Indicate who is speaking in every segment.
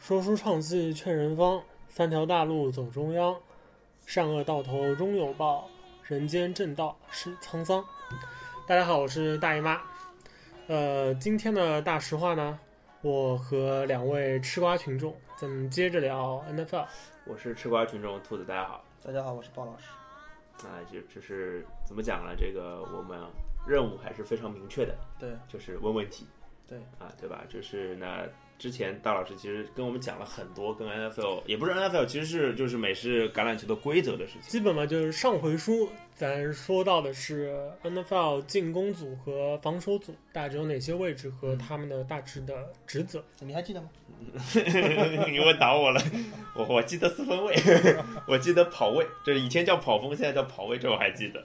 Speaker 1: 说书唱戏劝人方，三条大路走中央，善恶到头终有报，人间正道是沧桑。大家好，我是大姨妈。呃，今天的大实话呢，我和两位吃瓜群众，咱们接着聊 NFL。
Speaker 2: 我是吃瓜群众兔子，大家好。
Speaker 3: 大家好，我是鲍老师。
Speaker 2: 那就就是怎么讲呢？这个我们任务还是非常明确的，
Speaker 3: 对，
Speaker 2: 就是问问题。
Speaker 3: 对
Speaker 2: 啊，对吧？就是那之前大老师其实跟我们讲了很多跟 NFL 也不是 NFL，其实是就是美式橄榄球的规则的事情。
Speaker 1: 基本嘛，就是上回书咱说到的是 NFL 进攻组和防守组大致有哪些位置和他们的大致的职责。。
Speaker 3: 你还记得吗？
Speaker 2: 你问倒我了，我我记得四分卫， 我记得跑位，这以前叫跑锋，现在叫跑位，这我还记得。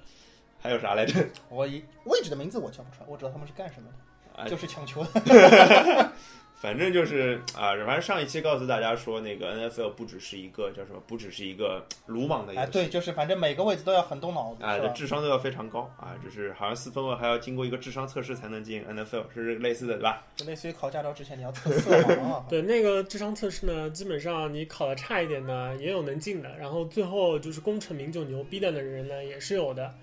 Speaker 2: 还有啥来着？
Speaker 3: 我一位置的名字我叫不出来，我知道他们是干什么的，
Speaker 2: 啊，
Speaker 3: 就是抢球的。
Speaker 2: 反正就是啊，反正上一期告诉大家说，那个 NFL 不只是一个叫什么，不只是一个鲁莽的游
Speaker 3: 哎，
Speaker 2: 戏
Speaker 3: 对，就是反正每个位置都要很动脑子，
Speaker 2: 啊，
Speaker 3: 是
Speaker 2: 这
Speaker 3: 吧？
Speaker 2: 智商都要非常高啊，就是好像四分卫还要经过一个智商测试才能进 NFL，是类似的对吧？
Speaker 3: 就类似于考驾照之前你要测色盲啊
Speaker 1: 对，那个智商测试呢，基本上你考的差一点呢，也有能进的，然后最后就是功成名就、牛逼的人呢，也是有的。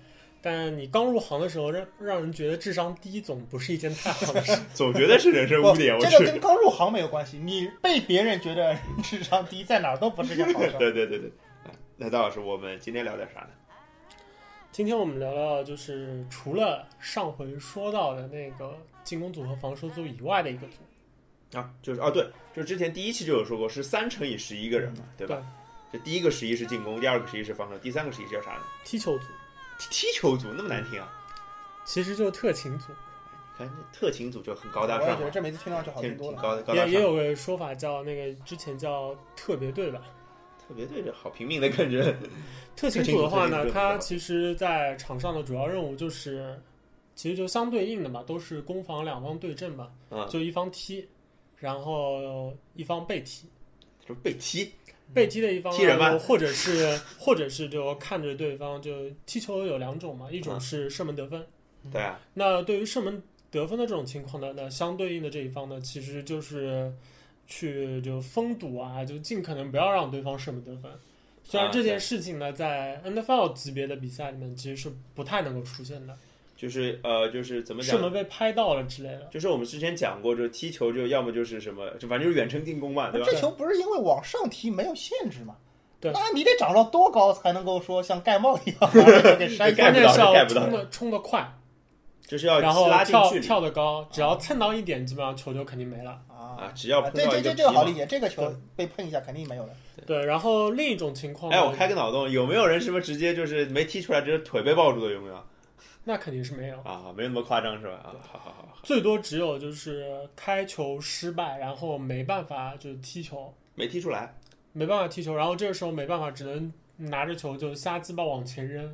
Speaker 1: 但你刚入行的时候，让让人觉得智商低，总不是一件太好的事。
Speaker 2: 总觉得是人生
Speaker 3: 不，
Speaker 2: 污点，我
Speaker 3: 这个
Speaker 2: 去。
Speaker 3: 跟刚入行没有关系，你被别人觉得智商低，在哪儿都不是件好 事。
Speaker 2: 对对对对，啊那大老师，我们今天聊点啥呢？
Speaker 1: 今天我们聊聊，就是除了上回说到的那个进攻组和防守组以外的一个组，
Speaker 2: 啊，就是啊，对，就是之前第一期就有说过，是三乘以十一个人嘛，
Speaker 3: 嗯
Speaker 2: 对吧？这第一个十一是进攻，第二个十一是防守，第三个十一是叫啥呢？
Speaker 1: 踢球组
Speaker 2: 踢踢球组那么难听啊！
Speaker 1: 其实就是特勤组，
Speaker 2: 看这特勤组就很高大
Speaker 3: 嗯我也
Speaker 2: 上
Speaker 3: 觉得
Speaker 2: 嘛，
Speaker 3: 这名字听上去好
Speaker 2: 挺
Speaker 3: 听多
Speaker 2: 挺
Speaker 3: 了。
Speaker 2: 高高大
Speaker 1: 也也
Speaker 2: 上。
Speaker 1: 有个说法叫那个之前叫特别队吧。
Speaker 2: 特别对这好平民的感觉，
Speaker 1: 特勤组的话
Speaker 2: 特勤
Speaker 1: 呢，
Speaker 2: 组
Speaker 1: 它其实在场上的主要任务就是，其实就相对应的嘛，都是攻防两方对阵吧，
Speaker 2: 嗯，
Speaker 1: 就一方踢，然后一方被踢。
Speaker 2: 就被踢，
Speaker 1: 被踢的一方呢
Speaker 2: 嗯踢人吗
Speaker 1: 或者是或者是就看着对方就踢球有两种嘛，一
Speaker 2: 嗯
Speaker 1: 种是射门得分。
Speaker 2: 对啊，
Speaker 1: 那对于射门得分的这种情况呢，那相对应的这一方呢，其实就是去就封堵啊，就尽可能不要让对方射门得分。虽然
Speaker 2: 啊
Speaker 1: 这件
Speaker 2: 对
Speaker 1: 事情呢，在 NFL 级别的比赛里面其实是不太能够出现的，
Speaker 2: 就是呃，就是怎么
Speaker 1: 射门
Speaker 2: 讲？
Speaker 1: 被拍到了之类的。
Speaker 2: 就是我们之前讲过，就是踢球就要么就是什么，就反正就是远程进攻嘛，对吧？
Speaker 3: 这球不是因为往上踢没有限制吗？
Speaker 1: 对
Speaker 3: 那你得长到多高才能够说像盖帽一 样把这球给
Speaker 2: 哎
Speaker 3: 扇
Speaker 2: 盖
Speaker 3: 进
Speaker 1: 关
Speaker 2: 不
Speaker 1: 键是
Speaker 2: 到
Speaker 3: 去？
Speaker 2: 盖
Speaker 1: 要
Speaker 2: 不到
Speaker 1: 冲的冲的快，
Speaker 2: 就是要
Speaker 1: 然后
Speaker 2: 拉近
Speaker 1: 跳
Speaker 2: 距离啊
Speaker 1: 跳得高，只要蹭到一点，基本上球就肯定没了。
Speaker 3: 啊
Speaker 2: 只要碰
Speaker 3: 这
Speaker 2: 到
Speaker 3: 这
Speaker 2: 一个
Speaker 3: 这
Speaker 2: 皮
Speaker 3: 这个好
Speaker 2: 嘛
Speaker 3: 理。解，这个球被碰一下肯定没有的。
Speaker 1: 对，然后另一种情况呢，
Speaker 2: 哎，我开个脑洞，有没有人什么直接就是没踢出来，直接腿被抱住的有没有？
Speaker 1: 那肯定是没有。
Speaker 2: 啊，没有那么夸张是吧？啊，好好好好，
Speaker 1: 最多只有就是开球失败，然后没办法就是踢球，
Speaker 2: 没踢出来，
Speaker 1: 没办法踢球，然后这个时候没办法，只能拿着球就瞎鸡巴往前扔。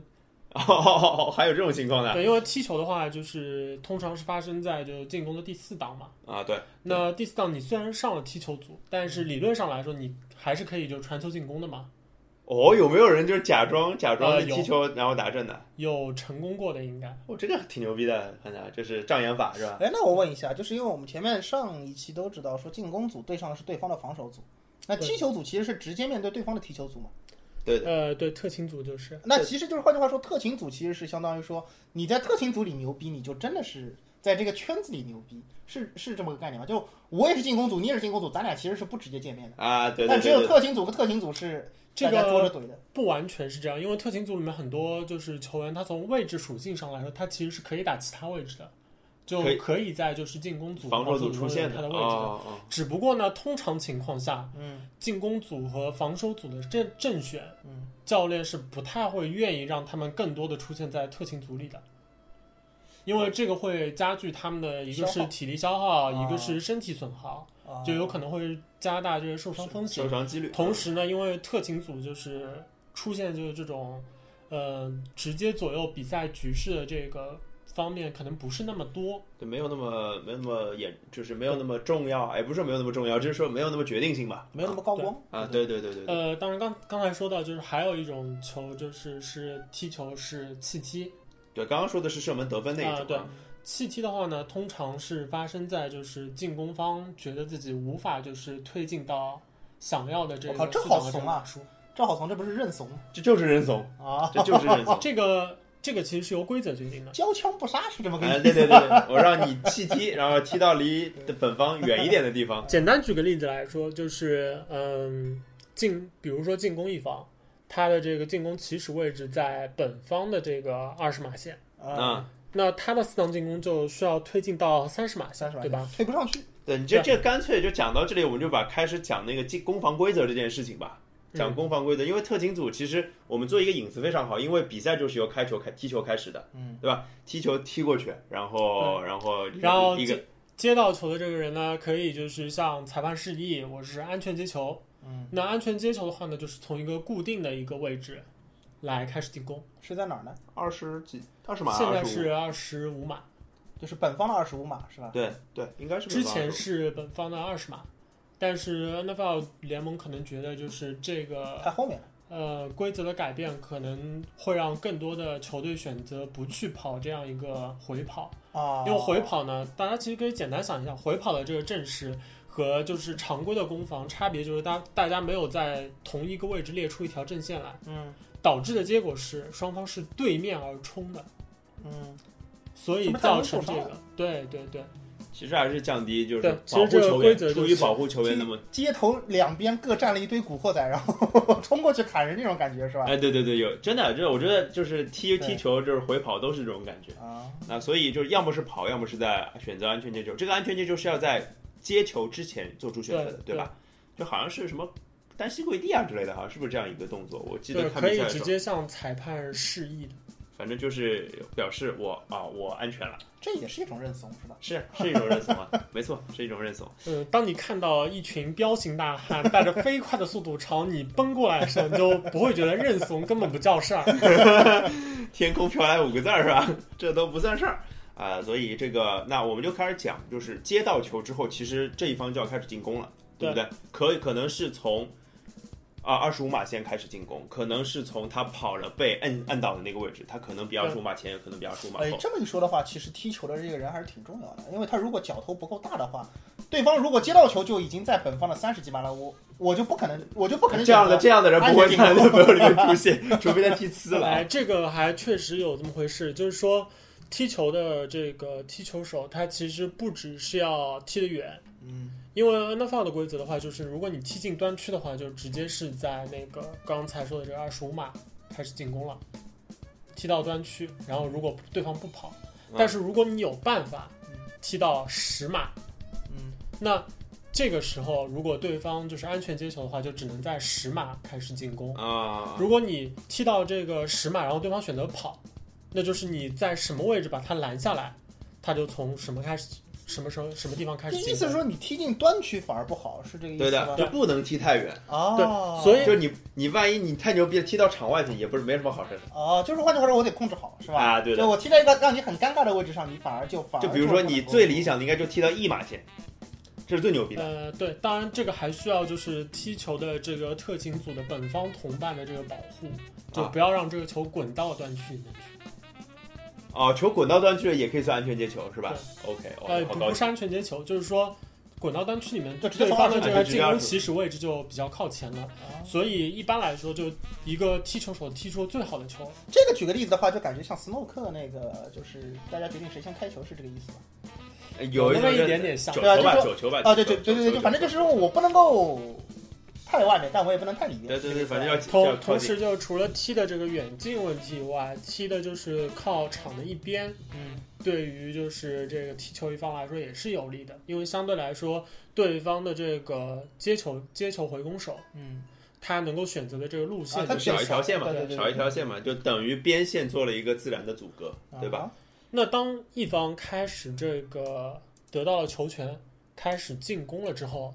Speaker 2: 哦哦哦，哦还有这种情况呢？
Speaker 1: 对，因为踢球的话，就是通常是发生在就进攻的第四档嘛。
Speaker 2: 啊，对，嗯
Speaker 1: 那第四档你虽然上了踢球组，但是理论上来说你还是可以就传球进攻的嘛，
Speaker 2: 哦，有没有人就是假装假装
Speaker 1: 呃
Speaker 2: 是踢
Speaker 1: 有
Speaker 2: 球然后打正的？
Speaker 1: 有成功过的应该。
Speaker 2: 哦，这个挺牛逼的，看起来这是障眼法是 吧？
Speaker 3: 哎，那我问一下，就是因为我们前面上一期都知道说进攻组对上的是对方的防守组，那
Speaker 1: 对
Speaker 3: 踢球组其实是直接面对对方的踢球组嘛？
Speaker 2: 对的，
Speaker 1: 呃，对，特勤组就是
Speaker 3: 那其实就是换句话说，特勤组其实是相当于说你在特勤组里牛逼，你就真的是在这个圈子里牛逼，是是这么个概念吗？就我也是进攻组，你也是进攻组，咱俩其实是不直接见面的，
Speaker 2: 啊，对对
Speaker 3: 但只
Speaker 2: 对
Speaker 3: 有
Speaker 2: 对，
Speaker 3: 特勤组和特勤组是
Speaker 1: 这
Speaker 3: 大家捉
Speaker 1: 个
Speaker 3: 着怼的。
Speaker 1: 不完全是这样，因为特勤组里面很多就是球员，他从位置属性上来说，他其实是可以打其他位置的，就
Speaker 2: 可以
Speaker 1: 可以在就是进攻组、
Speaker 2: 防守组
Speaker 1: 守
Speaker 2: 出
Speaker 1: 中有
Speaker 2: 现
Speaker 1: 他的位置的。
Speaker 2: 哦哦，
Speaker 1: 只不过呢，通常情况下，
Speaker 3: 嗯
Speaker 1: 进攻组和防守组的正正选
Speaker 3: 嗯，
Speaker 1: 教练是不太会愿意让他们更多的出现在特勤组里的，因为这个会加剧他们的一个
Speaker 3: 消
Speaker 1: 是
Speaker 3: 耗
Speaker 1: 体力消耗，
Speaker 3: 啊
Speaker 1: 一个是身体损耗，
Speaker 3: 啊
Speaker 1: 就有可能会加大这个受伤
Speaker 2: 哦
Speaker 1: 风险
Speaker 2: 受。伤几率，
Speaker 1: 同时呢，因为特勤组就是出现就是这种，呃，直接左右比赛局势的这个方面可能不是那么多，
Speaker 2: 对没有那么没有那么严，就是没有那么重要，哎也不是说没有那么重要，就是说没有那么决定性吧？
Speaker 3: 没有那么高光
Speaker 2: 啊，对对对对对，
Speaker 1: 呃，当然刚刚才说到，就是还有一种球，就是是踢球是气踢。
Speaker 2: 对，刚刚说的是射门得分那一
Speaker 1: 啊
Speaker 2: 种，
Speaker 1: 对气踢的话呢，通常是发生在就是进攻方觉得自己无法就是推进到想要的这
Speaker 3: 我
Speaker 1: 个
Speaker 3: 靠这
Speaker 1: 四档
Speaker 3: 好
Speaker 1: 的这
Speaker 3: 怂
Speaker 1: 样
Speaker 3: 啊
Speaker 1: 的书。
Speaker 3: 赵好怂这不是认怂
Speaker 2: 这就是认怂，
Speaker 3: 啊？
Speaker 2: 这就是 认怂。
Speaker 1: 这个这个其实是由规则决定的。
Speaker 3: 交枪不杀是这么个
Speaker 2: 哎，
Speaker 3: 意
Speaker 2: 对
Speaker 3: 思
Speaker 2: 对对，对我让你弃踢，然后踢到离本方远一点的 地方。
Speaker 1: 简单举个例子来说，就是嗯，进，比如说进攻一方，他的这个进攻起始位置在本方的这个二十码线，
Speaker 3: 啊？
Speaker 2: 啊，
Speaker 1: 那他的四档进攻就需要推进到三十码线
Speaker 3: 三十，万
Speaker 1: 对吧？
Speaker 3: 推不上去，
Speaker 2: 对你
Speaker 1: 啊
Speaker 2: 这这干脆就讲到这里，我们就把开始讲那个进攻防规则这件事情吧。
Speaker 1: 嗯
Speaker 2: 讲攻防规则，因为特勤组其实我们做一个引子非常好，因为比赛就是由开球开踢球开始的，
Speaker 3: 嗯，
Speaker 2: 对吧？踢球踢过去，然后然后
Speaker 1: 然后
Speaker 2: 一个
Speaker 1: 接接到球的这个人呢，可以就是向裁判示意，我是安全接球。
Speaker 3: 嗯，
Speaker 1: 那安全接球的话呢，就是从一个固定的一个位置来开始进攻。
Speaker 3: 是在哪儿呢？
Speaker 2: 二十几二十码，
Speaker 1: 现在
Speaker 2: 二十五，
Speaker 1: 是二十五码，
Speaker 3: 就是本方的二十五码
Speaker 1: 啊
Speaker 3: 是吧？
Speaker 2: 对对，应该是
Speaker 1: 之
Speaker 2: 25
Speaker 1: 前是本方的二十码，但是 NFL 联盟可能觉得就是这个
Speaker 3: 太后面了，
Speaker 1: 呃规则的改变可能会让更多的球队选择不去跑这样一个回跑，
Speaker 3: 啊，
Speaker 1: 因为回跑呢，大家其实可以简单想一下，回跑的这个阵势和就是常规的攻防差别就是大大家没有在同一个位置列出一条阵线来，
Speaker 3: 嗯
Speaker 1: 导致的结果是双方是对面而冲的，
Speaker 3: 嗯，
Speaker 1: 所
Speaker 3: 是
Speaker 1: 以
Speaker 3: 不是太
Speaker 1: 造
Speaker 3: 容易
Speaker 1: 成
Speaker 3: 受
Speaker 1: 这
Speaker 3: 伤
Speaker 1: 个对对对
Speaker 2: 其实还是降低，就是
Speaker 1: 对其实
Speaker 2: 保护
Speaker 1: 这个
Speaker 2: 球
Speaker 1: 规
Speaker 2: 员，
Speaker 1: 则就
Speaker 2: 出于
Speaker 1: 是
Speaker 2: 保护球员那么，
Speaker 3: 街头两边各站了一堆古惑仔，然后 冲过去砍人那种感觉是吧？
Speaker 2: 哎，对对对，有真的，这我觉得就是踢
Speaker 3: 对
Speaker 2: 踢球就是回跑都是这种感觉。
Speaker 3: 啊，
Speaker 2: 那所以就是要么是跑，要么是在选择安全接球。这个安全接球是要在接球之前做出选择的，
Speaker 1: 对
Speaker 2: 对吧？就好像是什么单膝跪地啊之类的，好像是不是这样一个动作？我记
Speaker 1: 对
Speaker 2: 得，看
Speaker 1: 可
Speaker 2: 比
Speaker 1: 以
Speaker 2: 赛的
Speaker 1: 直
Speaker 2: 时候，
Speaker 1: 接向裁判示意的。
Speaker 2: 反正就是表示我啊，我安全了，
Speaker 3: 这也是一种认怂是吧？
Speaker 2: 是是一 种认怂啊，没错，是一种认怂。
Speaker 1: 嗯，当你看到一群彪形大汉带着飞快的速度朝你奔过来的时候，你就不会觉得认怂根本不叫事儿。
Speaker 2: 天空飘来五个字儿是吧？这都不算事儿啊、所以这个那我们就开始讲，就是接到球之后，其实这一方就要开始进攻了，对不对？可可能是从啊二十五码线开始进攻，可能是从他跑了被摁摁倒的那个位置，他可能比
Speaker 1: 对
Speaker 2: 二十五码前，也可能比二十五码
Speaker 3: 哎，
Speaker 2: 后。
Speaker 3: 这么一说的话，其实踢球的这个人还是挺重要的，因为他如果脚头不够大的话，对方如果接到球就已经在本方的三十几码了，我我就不可能，我就不可能
Speaker 2: 这样的
Speaker 3: 选择
Speaker 2: 这样的人不会在 NFL 里面出现，除非他踢呲了
Speaker 1: 哎，
Speaker 2: 啊。
Speaker 1: 这个还确实有这么回事，就是说踢球的这个踢球手，他其实不只是要踢得远，
Speaker 3: 嗯，
Speaker 1: 因为 NFL 的规则的话，就是如果你踢进端区的话，就直接是在那个刚才说的这二十五码开始进攻了，踢到端区，然后如果对方不跑，
Speaker 2: 嗯
Speaker 1: 但是如果你有办法
Speaker 3: 嗯
Speaker 1: 踢到十码。
Speaker 3: 嗯
Speaker 1: 那这个时候，如果对方就是安全接球的话，就只能在十码开始进攻。
Speaker 2: 啊，
Speaker 1: 如果你踢到这个十码，然后对方选择跑，那就是你在什么位置把他拦下来，他就从什么开始，什么时候什么地方开始
Speaker 3: 你意
Speaker 1: 进
Speaker 3: 思是
Speaker 1: 攻。
Speaker 3: 说你踢进端区反而不好，是这个意
Speaker 2: 对
Speaker 3: 思
Speaker 2: 的，
Speaker 3: 吧？
Speaker 2: 就不能踢太远。
Speaker 3: 哦，
Speaker 1: 所以
Speaker 2: 就你你万一你太牛逼了，踢到场外去也不是没什么好事的。
Speaker 3: 哦，就是换句话说，我得控制好，是吧？
Speaker 2: 啊对的
Speaker 3: 就我踢在一个让你很尴尬的位置上，你反而就反而
Speaker 2: 就比如说你最理想的应该就踢到一码线，这是最牛逼的。
Speaker 1: 呃，对，当然这个还需要就是踢球的这个特勤组的本方同伴的这个保护，就
Speaker 2: 啊
Speaker 1: 不要让这个球滚到端区里面去。
Speaker 2: 哦，球滚到端去了也可以算安全接球是吧？OK，
Speaker 1: 呃，
Speaker 3: 哎
Speaker 2: 哦，好
Speaker 1: 不
Speaker 2: 高
Speaker 1: 不
Speaker 2: 级。
Speaker 1: 是安全接球，就是说滚到单区里面，
Speaker 3: 就直接
Speaker 1: 对
Speaker 3: 从
Speaker 1: 方
Speaker 3: 二
Speaker 1: 的
Speaker 3: 十
Speaker 1: 这
Speaker 2: 码
Speaker 1: 个
Speaker 2: 就直
Speaker 1: 进
Speaker 2: 接
Speaker 1: 攻
Speaker 2: 20
Speaker 1: 起始位置就比较靠前了。
Speaker 3: 哦
Speaker 1: 所以一般来说，就一个踢球手踢出最好的球，
Speaker 3: 这个举个例子的话，就感觉像 Smoke 那个，就是大家决定谁先开球是这个意思吧？
Speaker 2: 哎有
Speaker 1: 那么
Speaker 2: 种
Speaker 1: 一
Speaker 2: 就是
Speaker 1: 点点像
Speaker 2: 九
Speaker 3: 对啊
Speaker 2: 球吧，
Speaker 3: 就
Speaker 2: 九球吧。
Speaker 3: 啊，对
Speaker 2: 九
Speaker 3: 对
Speaker 2: 球
Speaker 3: 对对
Speaker 2: 九
Speaker 3: 对，
Speaker 2: 球
Speaker 3: 就反正就是说我不能够太外面，但我也不能太里面。
Speaker 2: 对对对，反正要要
Speaker 1: 同
Speaker 2: 靠
Speaker 1: 同
Speaker 2: 近。
Speaker 1: 时就除了踢的这个远近问题以外，踢的就是靠场的一边，
Speaker 3: 嗯
Speaker 1: 对于就是这个踢球一方来说也是有利的，因为相对来说，对方的这个接球接球回攻手，
Speaker 3: 嗯，
Speaker 1: 他能够选择的这个路线
Speaker 3: 啊他
Speaker 1: 就是
Speaker 2: 少一条线嘛
Speaker 3: 对对，对
Speaker 2: 少一条线嘛，就等于边线做了一个自然的阻隔，对吧？
Speaker 3: 啊？
Speaker 1: 那当一方开始这个得到了球权，开始进攻了之后，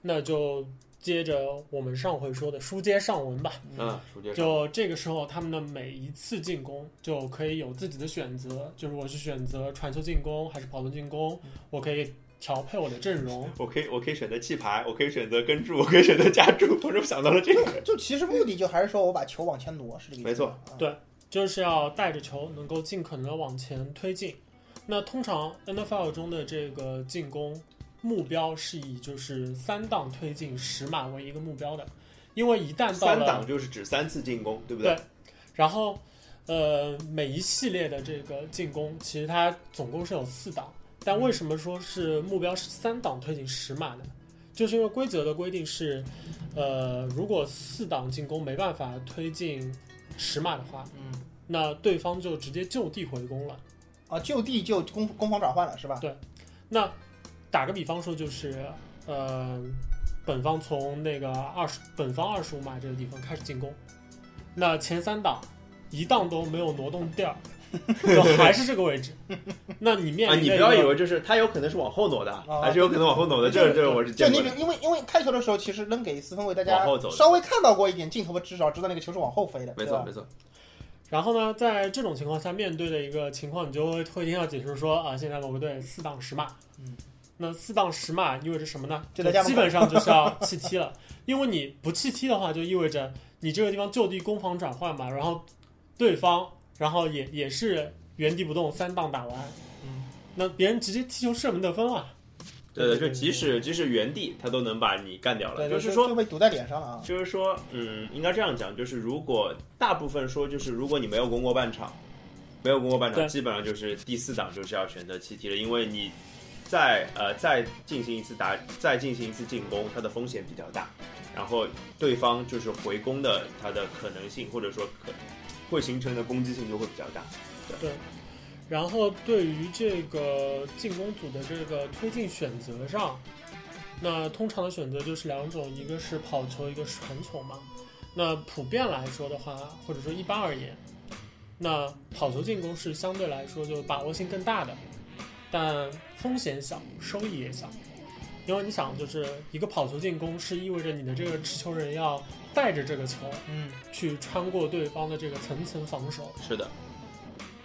Speaker 1: 那就接着我们上回说的书接上文吧。
Speaker 3: 啊
Speaker 2: 嗯，书接上
Speaker 1: 就这个时候，他们的每一次进攻就可以有自己的选择，就是我是选择传球进攻还是跑动进攻，
Speaker 2: 嗯
Speaker 1: 我可以调配我的阵容。
Speaker 2: 我可以我可以选择弃牌，我可以选择跟注，我可以选择加注，我就想到了这个。
Speaker 3: 啊就其实目的就还是说我把球往前挪，是这个意思。啊
Speaker 2: 没错，
Speaker 1: 对就是要带着球能够尽可能的往前推进。那通常 NFL 中的这个进攻，目标是以就是三档推进十码为一个目标的，因为一旦到
Speaker 2: 三
Speaker 1: 了
Speaker 2: 档就是指三次进攻，对不
Speaker 1: 对然后呃每一系列的这个进攻，其实它总共是有四档，但为什么说是目标是三档推进十码呢？就是因为规则的规定是，呃，如果四档进攻没办法推进十码的话，
Speaker 3: 嗯，
Speaker 1: 那对方就直接就地回攻了。
Speaker 3: 啊，就地就攻攻防转换了是吧？
Speaker 1: 那打个比方说，就是呃，本方从那个二十本方二十五码这个地方开始进攻，那前三档一档都没有挪动 掉，就还是这个位置。那你面
Speaker 2: 啊，
Speaker 1: 临
Speaker 2: 你
Speaker 1: 的
Speaker 2: 不
Speaker 1: 一
Speaker 2: 要
Speaker 1: 个
Speaker 2: 以为就是他有可能是往后挪的，
Speaker 3: 啊
Speaker 2: 还是有可能往后挪的，这
Speaker 3: 对
Speaker 2: 这我是
Speaker 3: 就
Speaker 2: 见
Speaker 3: 你
Speaker 2: 过
Speaker 3: 比
Speaker 2: 的。
Speaker 3: 因为因为开球的时候，其实扔给四分卫，大家
Speaker 2: 往后走的
Speaker 3: 稍微看到过一点镜头吧，至少知道那个球是往后飞的，
Speaker 2: 没
Speaker 3: 对
Speaker 2: 错
Speaker 3: 吧？
Speaker 2: 没错，
Speaker 1: 然后呢，在这种情况下，面对的一个情况，你就会会听到解释说啊，现在某个队四档十码，
Speaker 3: 嗯，
Speaker 1: 那四档十码意味着什么呢？
Speaker 3: 就在家门口
Speaker 1: 基本上就是要弃踢了，因为你不弃踢的话，就意味着你这个地方就地攻防转换嘛，然后对方然后也也是原地不动，三档打完，
Speaker 3: 嗯，
Speaker 1: 那别人直接踢球射门得分啊了、
Speaker 2: 对
Speaker 1: 对
Speaker 2: 对，就即使即使原地他都能把你干掉了，
Speaker 3: 对，
Speaker 2: 就是
Speaker 3: 就
Speaker 2: 说
Speaker 3: 就被堵在脸上了啊。
Speaker 2: 就是说，嗯，应该这样讲，就是如果大部分说，就是如果你没有攻过半场，没有攻过半场，
Speaker 1: 对
Speaker 2: 基本上就是第四档就是要选择弃踢了，因为你再呃再进行一次打，再进行一次进攻，它的风险比较大，然后对方就是回攻的它的可能性，或者说可会形成的攻击性就会比较大。
Speaker 1: 然后对于这个进攻组的这个推进选择上，那通常的选择就是两种，一个是跑球，一个是传球嘛。那普遍来说的话，或者说一般而言，那跑球进攻是相对来说就把握性更大的，但风险小，收益也小。因为你想，就是一个跑球进攻是意味着你的这个持球人要带着这个球
Speaker 3: 嗯，
Speaker 1: 去穿过对方的这个层层防守，
Speaker 2: 是的，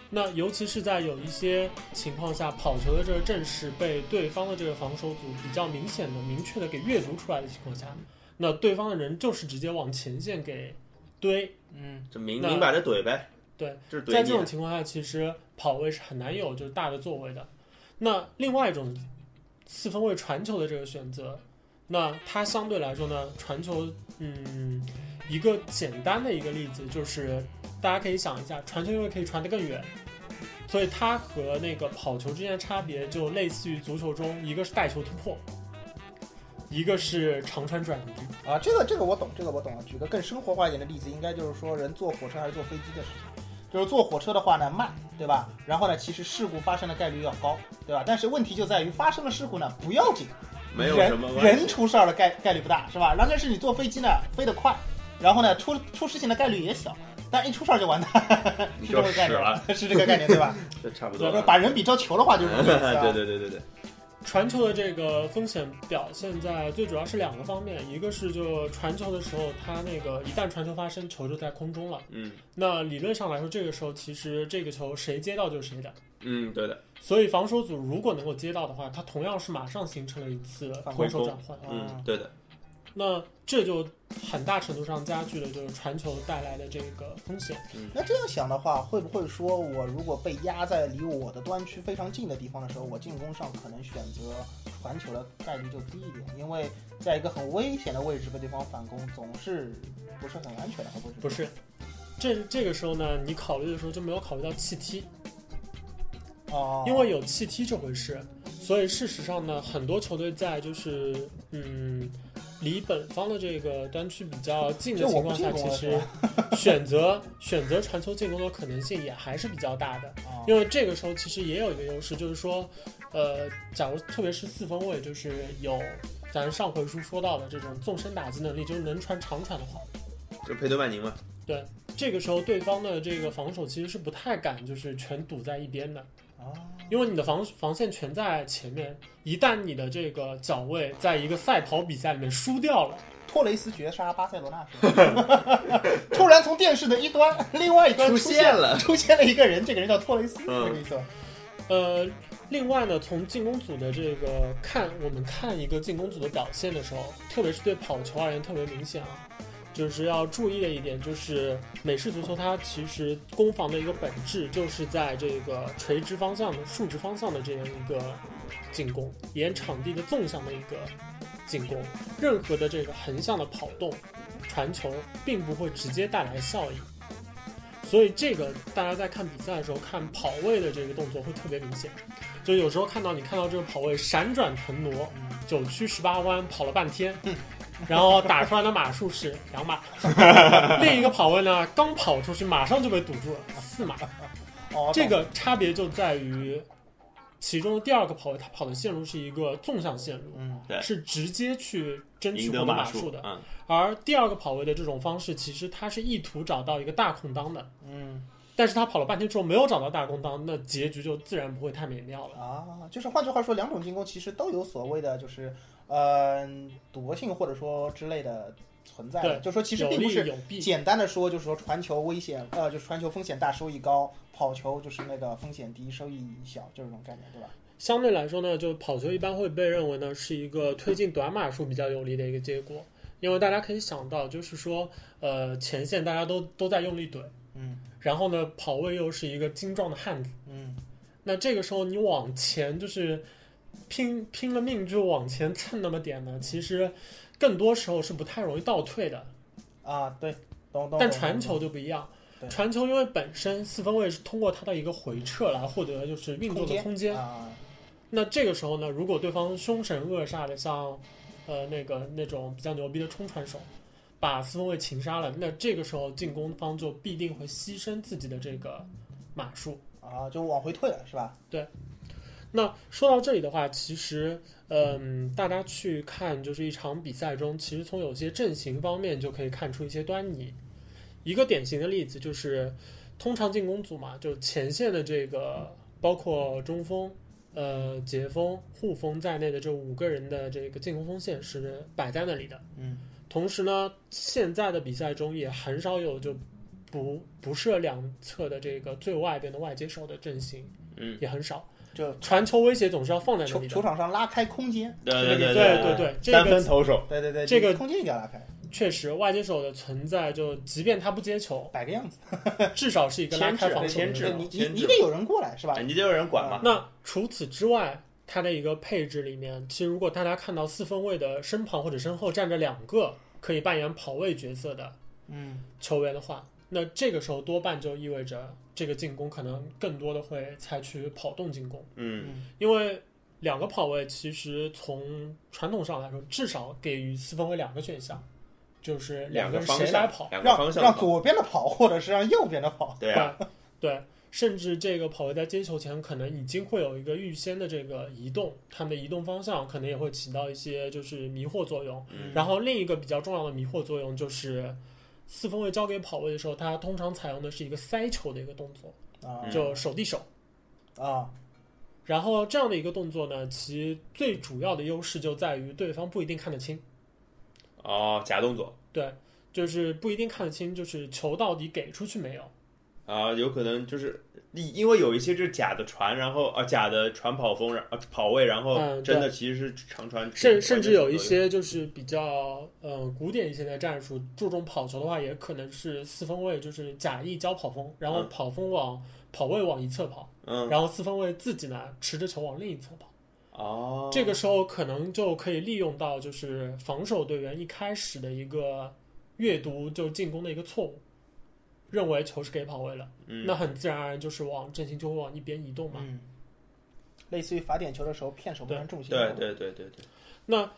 Speaker 1: 那尤其是在有一些情况下，跑球的这个阵势被对方的这个防守组比较明显的、明确的给阅读出来的情况下，那对方的人就是直接往前线给堆。
Speaker 3: 嗯，
Speaker 2: 就明
Speaker 1: 那
Speaker 2: 明摆着怼呗。
Speaker 1: 对，
Speaker 2: 就是怼
Speaker 1: 在
Speaker 2: 你
Speaker 1: 这种情况下，其实跑位是很难有就是大的座位的。那另外一种四分卫传球的这个选择，那它相对来说呢，传球，嗯，一个简单的一个例子就是，大家可以想一下，传球因为可以传得更远，所以它和那个跑球之间的差别就类似于足球中，一个是带球突破，一个是长传转移。
Speaker 3: 啊，这个这个我懂，这个我懂啊。举个更生活化一点的例子，应该就是说人坐火车还是坐飞机的事情。就是坐火车的话呢，慢，对吧？然后呢，其实事故发生的概率要高，对吧？但是问题就在于发生了事故呢，不要紧，
Speaker 2: 没有
Speaker 3: 人
Speaker 2: 什么关系
Speaker 3: 人出事儿的概概率不大，是吧？然后但是你坐飞机呢，飞得快，然后呢出出事情的概率也小，但一出事儿就完蛋，
Speaker 2: 你
Speaker 3: 是这
Speaker 2: 就
Speaker 3: 个概
Speaker 2: 死
Speaker 3: 念
Speaker 2: 了，，
Speaker 3: 是这个概念 对吧？
Speaker 2: 这差不
Speaker 3: 对
Speaker 2: 多
Speaker 3: 吧
Speaker 2: 了。
Speaker 3: 把人比照球的话就是这个意思、啊。
Speaker 2: 对对对对对，
Speaker 1: 传球的这个风险表现在最主要是两个方面，一个是就传球的时候，它那个一旦传球发生，球就在空中了。
Speaker 2: 嗯
Speaker 1: 那理论上来说，这个时候其实这个球谁接到就是谁的。
Speaker 2: 嗯，对的。
Speaker 1: 所以防守组如果能够接到的话，它同样是马上形成了一次
Speaker 3: 反
Speaker 1: 攻
Speaker 2: 回
Speaker 1: 守
Speaker 2: 攻
Speaker 1: 转换。
Speaker 2: 嗯，对的，
Speaker 1: 那这就很大程度上加剧了就是传球带来的这个风险。
Speaker 3: 那这样想的话，会不会说我如果被压在离我的端区非常近的地方的时候，我进攻上可能选择传球的概率就低一点？因为在一个很危险的位置被对方反攻，总是不是很安全的，会不会？
Speaker 1: 不是，这这个时候呢，你考虑的时候就没有考虑到气踢，
Speaker 3: 哦，
Speaker 1: 因为有气踢这回事，所以事实上呢，很多球队在就是嗯，离本方的这个单区比较近的
Speaker 3: 就
Speaker 1: 情
Speaker 3: 我不
Speaker 1: 况下，
Speaker 3: 进攻
Speaker 1: 其
Speaker 3: 了
Speaker 1: 实 选择选择传球进攻的可能性也还是比较大的。
Speaker 3: 哦
Speaker 1: 因为这个时候其实也有一个优势，就是说，呃，假如特别是四分卫，就是有咱上回书说到的这种纵深打击能力，就是能传长传的话，
Speaker 2: 就佩德曼宁嘛，
Speaker 1: 这个时候对方的这个防守其实是不太敢就是全堵在一边的。
Speaker 3: 哦
Speaker 1: 因为你的防防线全在前面，一旦你的这个脚位在一个赛跑比赛里面输掉了，
Speaker 3: 托雷斯绝杀巴塞罗那是吧 突然从电视的一端另外一端出现
Speaker 2: 了，
Speaker 3: 出现了一个人，这个人叫托雷斯，
Speaker 2: 嗯
Speaker 3: 这个意思吧。
Speaker 1: 呃，另外呢，从进攻组的这个看，我们看一个进攻组的表现的时候，特别是对跑球而言特别明显啊，就是要注意的一点就是美式足球它其实攻防的一个本质就是在这个垂直方向的、竖直方向的这样一个进攻，沿场地的纵向的一个进攻，任何的这个横向的跑动、传球，并不会直接带来效益。所以这个大家在看比赛的时候，看跑位的这个动作会特别明显。就有时候看到你看到这个跑位闪转腾挪，九曲十八弯跑了半天，
Speaker 2: 嗯
Speaker 1: 然后打出来的码数是两 码。另一个跑位呢，刚跑出去马上就被堵住了，四
Speaker 2: 啊
Speaker 1: 码。
Speaker 3: 哦，
Speaker 1: 这
Speaker 3: 懂
Speaker 1: 个差别就在于，其中的第二个跑位，他跑的线路是一个纵向线路，
Speaker 3: 嗯
Speaker 2: 对
Speaker 1: 是直接去争取
Speaker 2: 赢
Speaker 1: 获
Speaker 2: 得
Speaker 1: 得码
Speaker 2: 数
Speaker 1: 数的；
Speaker 2: 嗯，
Speaker 1: 而第二个跑位的这种方式，其实它是意图找到一个大空当的，
Speaker 3: 嗯
Speaker 1: 但是他跑了半天之后没有找到大空当，那结局就自然不会太美妙了。
Speaker 3: 啊，就是换句话说，两种进攻其实都有所谓的就是呃赌博性或者说之类的存在的，
Speaker 1: 对
Speaker 3: 就说其实
Speaker 1: 有
Speaker 3: 并不
Speaker 1: 利
Speaker 3: 是
Speaker 1: 有弊，
Speaker 3: 简单的说，就是说传球危险，呃，就是传球风险大，收益高；跑球就是那个风险低，收益小，就这种概念，对吧？
Speaker 1: 相对来说呢，就跑球一般会被认为呢是一个推进短码数比较有利的一个结果，因为大家可以想到，就是说，呃，前线大家都都在用力怼，
Speaker 3: 嗯
Speaker 1: 然后呢，跑位又是一个精壮的汉子，
Speaker 3: 嗯，
Speaker 1: 那这个时候你往前就是拼拼了命就往前蹭那么点呢，其实更多时候是不太容易倒退的。
Speaker 3: 啊，对，懂懂。
Speaker 1: 但
Speaker 3: 懂
Speaker 1: 传，球
Speaker 3: 懂
Speaker 1: 就不一样
Speaker 3: 对，
Speaker 1: 传球因为本身四分卫是通过他的一个回撤来获得就是运动的空间。
Speaker 3: 啊，
Speaker 1: 那这个时候呢，如果对方凶神恶煞的像，呃，那个那种比较牛逼的冲传手，把四分卫擒杀了，那这个时候进攻方就必定会牺牲自己的这个码数。
Speaker 3: 啊，就往回退了，是吧？
Speaker 1: 那说到这里的话，其实，嗯，大家去看就是一场比赛中，其实从有些阵型方面就可以看出一些端倪。一个典型的例子就是，通常进攻组嘛，就前线的这个包括中锋、呃截锋、护锋在内的这五个人的这个进攻锋线是摆在那里的。
Speaker 3: 嗯
Speaker 1: 同时呢，现在的比赛中也很少有就不不设两侧的这个最外边的外接手的阵型，
Speaker 2: 嗯，
Speaker 1: 也很少。
Speaker 3: 就
Speaker 1: 传球威胁总是要放在那
Speaker 3: 球
Speaker 1: 里
Speaker 3: 球
Speaker 1: 的，
Speaker 3: 场上拉开空间，
Speaker 2: 对
Speaker 1: 对
Speaker 2: 对
Speaker 1: 对
Speaker 2: 对
Speaker 1: 对对这
Speaker 2: 三
Speaker 1: 个
Speaker 2: 分投手，
Speaker 3: 对对对，
Speaker 1: 这个
Speaker 3: 空间一定要拉开，
Speaker 1: 确实外接手的存在，就即便他不接球，
Speaker 3: 摆个样子，
Speaker 1: 至少是一个拉开防守的
Speaker 2: 牵制
Speaker 3: 对
Speaker 1: 人
Speaker 3: 你
Speaker 1: 物。
Speaker 3: 你
Speaker 2: 牵制
Speaker 3: 你得有人过来，是吧？
Speaker 2: 你得有人管嘛，
Speaker 1: 那除此之外，他的一个配置里面，其实如果大家看到四分卫的身旁或者身后站着两个可以扮演跑位角色的
Speaker 3: 嗯，
Speaker 1: 球员的话，那这个时候多半就意味着这个进攻可能更多的会采取跑动进攻，
Speaker 2: 嗯，
Speaker 3: 嗯
Speaker 1: 因为。两个跑位其实从传统上来说，至少给予四分卫两个选项，就是嗯
Speaker 2: 两
Speaker 1: 个
Speaker 2: 个
Speaker 1: 人
Speaker 2: 方
Speaker 1: 谁来
Speaker 2: 向
Speaker 1: 跑，，
Speaker 2: 两个
Speaker 3: 让
Speaker 2: 方向
Speaker 3: 让
Speaker 2: 跑，
Speaker 3: 左边的跑，或者是让右边的跑，
Speaker 2: 对啊，
Speaker 1: 对，甚至这个跑位在接球前可能已经会有一个预先的这个移动，他们的移动方向可能也会起到一些就是迷惑作用。
Speaker 2: 嗯
Speaker 1: 然后另一个比较重要的迷惑作用就是。四分卫交给跑位的时候，他通常采用的是一个塞球的一个动作，
Speaker 3: 啊
Speaker 2: 嗯
Speaker 1: 就手递手。
Speaker 3: 啊，
Speaker 1: 然后这样的一个动作呢，其最主要的优势就在于对方不一定看得清，
Speaker 2: 哦，假动作
Speaker 1: 就是不一定看得清，就是球到底给出去没有。
Speaker 2: 啊，有可能就是你因为有一些就是假的传，然后啊假的传跑风，然啊跑位，然后
Speaker 1: 嗯
Speaker 2: 真的其实是长传，
Speaker 1: 甚甚至有一些就是比较呃古典一些的战术，注重跑球的话，也可能是四分卫就是假意交跑锋，然后
Speaker 2: 嗯
Speaker 1: 跑锋往、跑位往一侧跑，
Speaker 2: 嗯
Speaker 1: 然后四分卫自己呢持着球往另一侧跑。
Speaker 2: 哦，
Speaker 1: 这个时候可能就可以利用到就是防守队员一开始的一个阅读就进攻的一个错误，认为球是给跑位了，
Speaker 2: 嗯
Speaker 1: 那很自然而然就是往阵型就会往一边移动嘛。
Speaker 3: 嗯，类似于罚点球的时候骗守门员重心，
Speaker 2: 嗯对对对对对，
Speaker 1: 那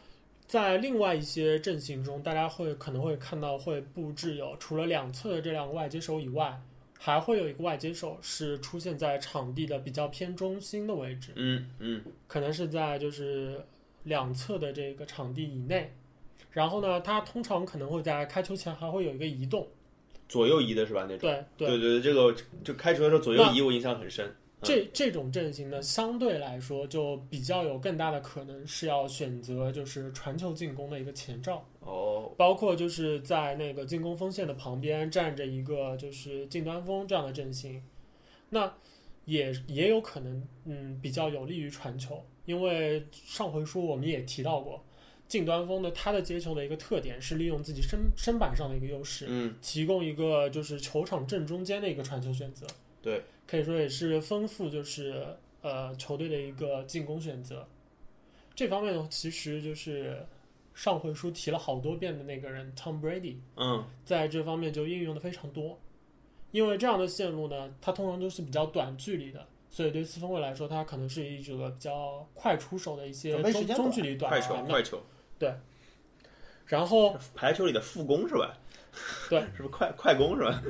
Speaker 1: 在另外一些阵型中，大家会可能会看到会布置有除了两侧的这两个外接手以外，还会有一个外接手是出现在场地的比较偏中心的位置，
Speaker 2: 嗯嗯
Speaker 1: 可能是在就是两侧的这个场地以内。然后呢，它通常可能会在开球前还会有一个移动，
Speaker 2: 左右移的是吧那种。
Speaker 1: 对对，
Speaker 2: 对对，这个就开球的时候左右移，我印象很深。
Speaker 1: 这这种阵型呢，相对来说就比较有更大的可能是要选择就是传球进攻的一个前兆。
Speaker 2: 哦，
Speaker 1: 包括就是在那个进攻锋线的旁边站着一个就是近端锋这样的阵型，那也也有可能，嗯，比较有利于传球，因为上回书我们也提到过，近端锋的他的接球的一个特点是利用自己身身板上的一个优势，
Speaker 2: 嗯，
Speaker 1: 提供一个就是球场正中间的一个传球选择。
Speaker 2: 对，
Speaker 1: 可以说也是丰富就是呃球队的一个进攻选择。这方面呢，其实就是上回书提了好多遍的那个人 Tom Brady，
Speaker 2: 嗯，
Speaker 1: 在这方面就应用的非常多。因为这样的线路呢，它通常都是比较短距离的，所以对四分卫来说，它可能是一个比较快出手的一些
Speaker 3: 准备时
Speaker 1: 中
Speaker 3: 间
Speaker 1: 中
Speaker 3: 短
Speaker 1: 距离短
Speaker 2: 快球
Speaker 1: 传的。
Speaker 2: 快球，
Speaker 1: 然后
Speaker 2: 排球里的副攻是吧？
Speaker 1: 对，
Speaker 2: 是不是快快攻是吧？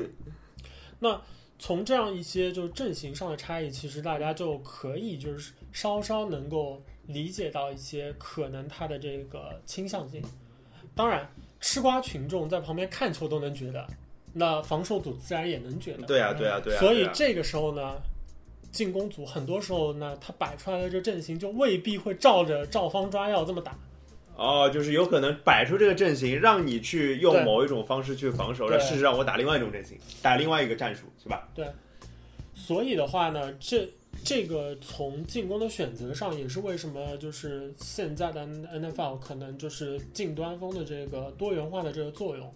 Speaker 1: 从这样一些就是阵型上的差异，其实大家就可以就是稍稍能够理解到一些可能它的这个倾向性。当然，吃瓜群众在旁边看球都能觉得，那防守组自然也能觉得。
Speaker 2: 对啊对啊对啊，
Speaker 1: 所
Speaker 2: 对
Speaker 1: 以
Speaker 2: 啊
Speaker 1: 这个时候呢，进攻组很多时候呢，他摆出来的这阵型就未必会照着照方抓药这么打。
Speaker 2: 哦，就是有可能摆出这个阵型，让你去用
Speaker 1: 对
Speaker 2: 某一种方式去防守，
Speaker 1: 对
Speaker 2: 然后事实上我打另外一种阵型，打另外一个战术，是吧？
Speaker 1: 所以的话呢，这这个从进攻的选择上，也是为什么就是现在的 NFL 可能就是近端锋的这个多元化的这个作用，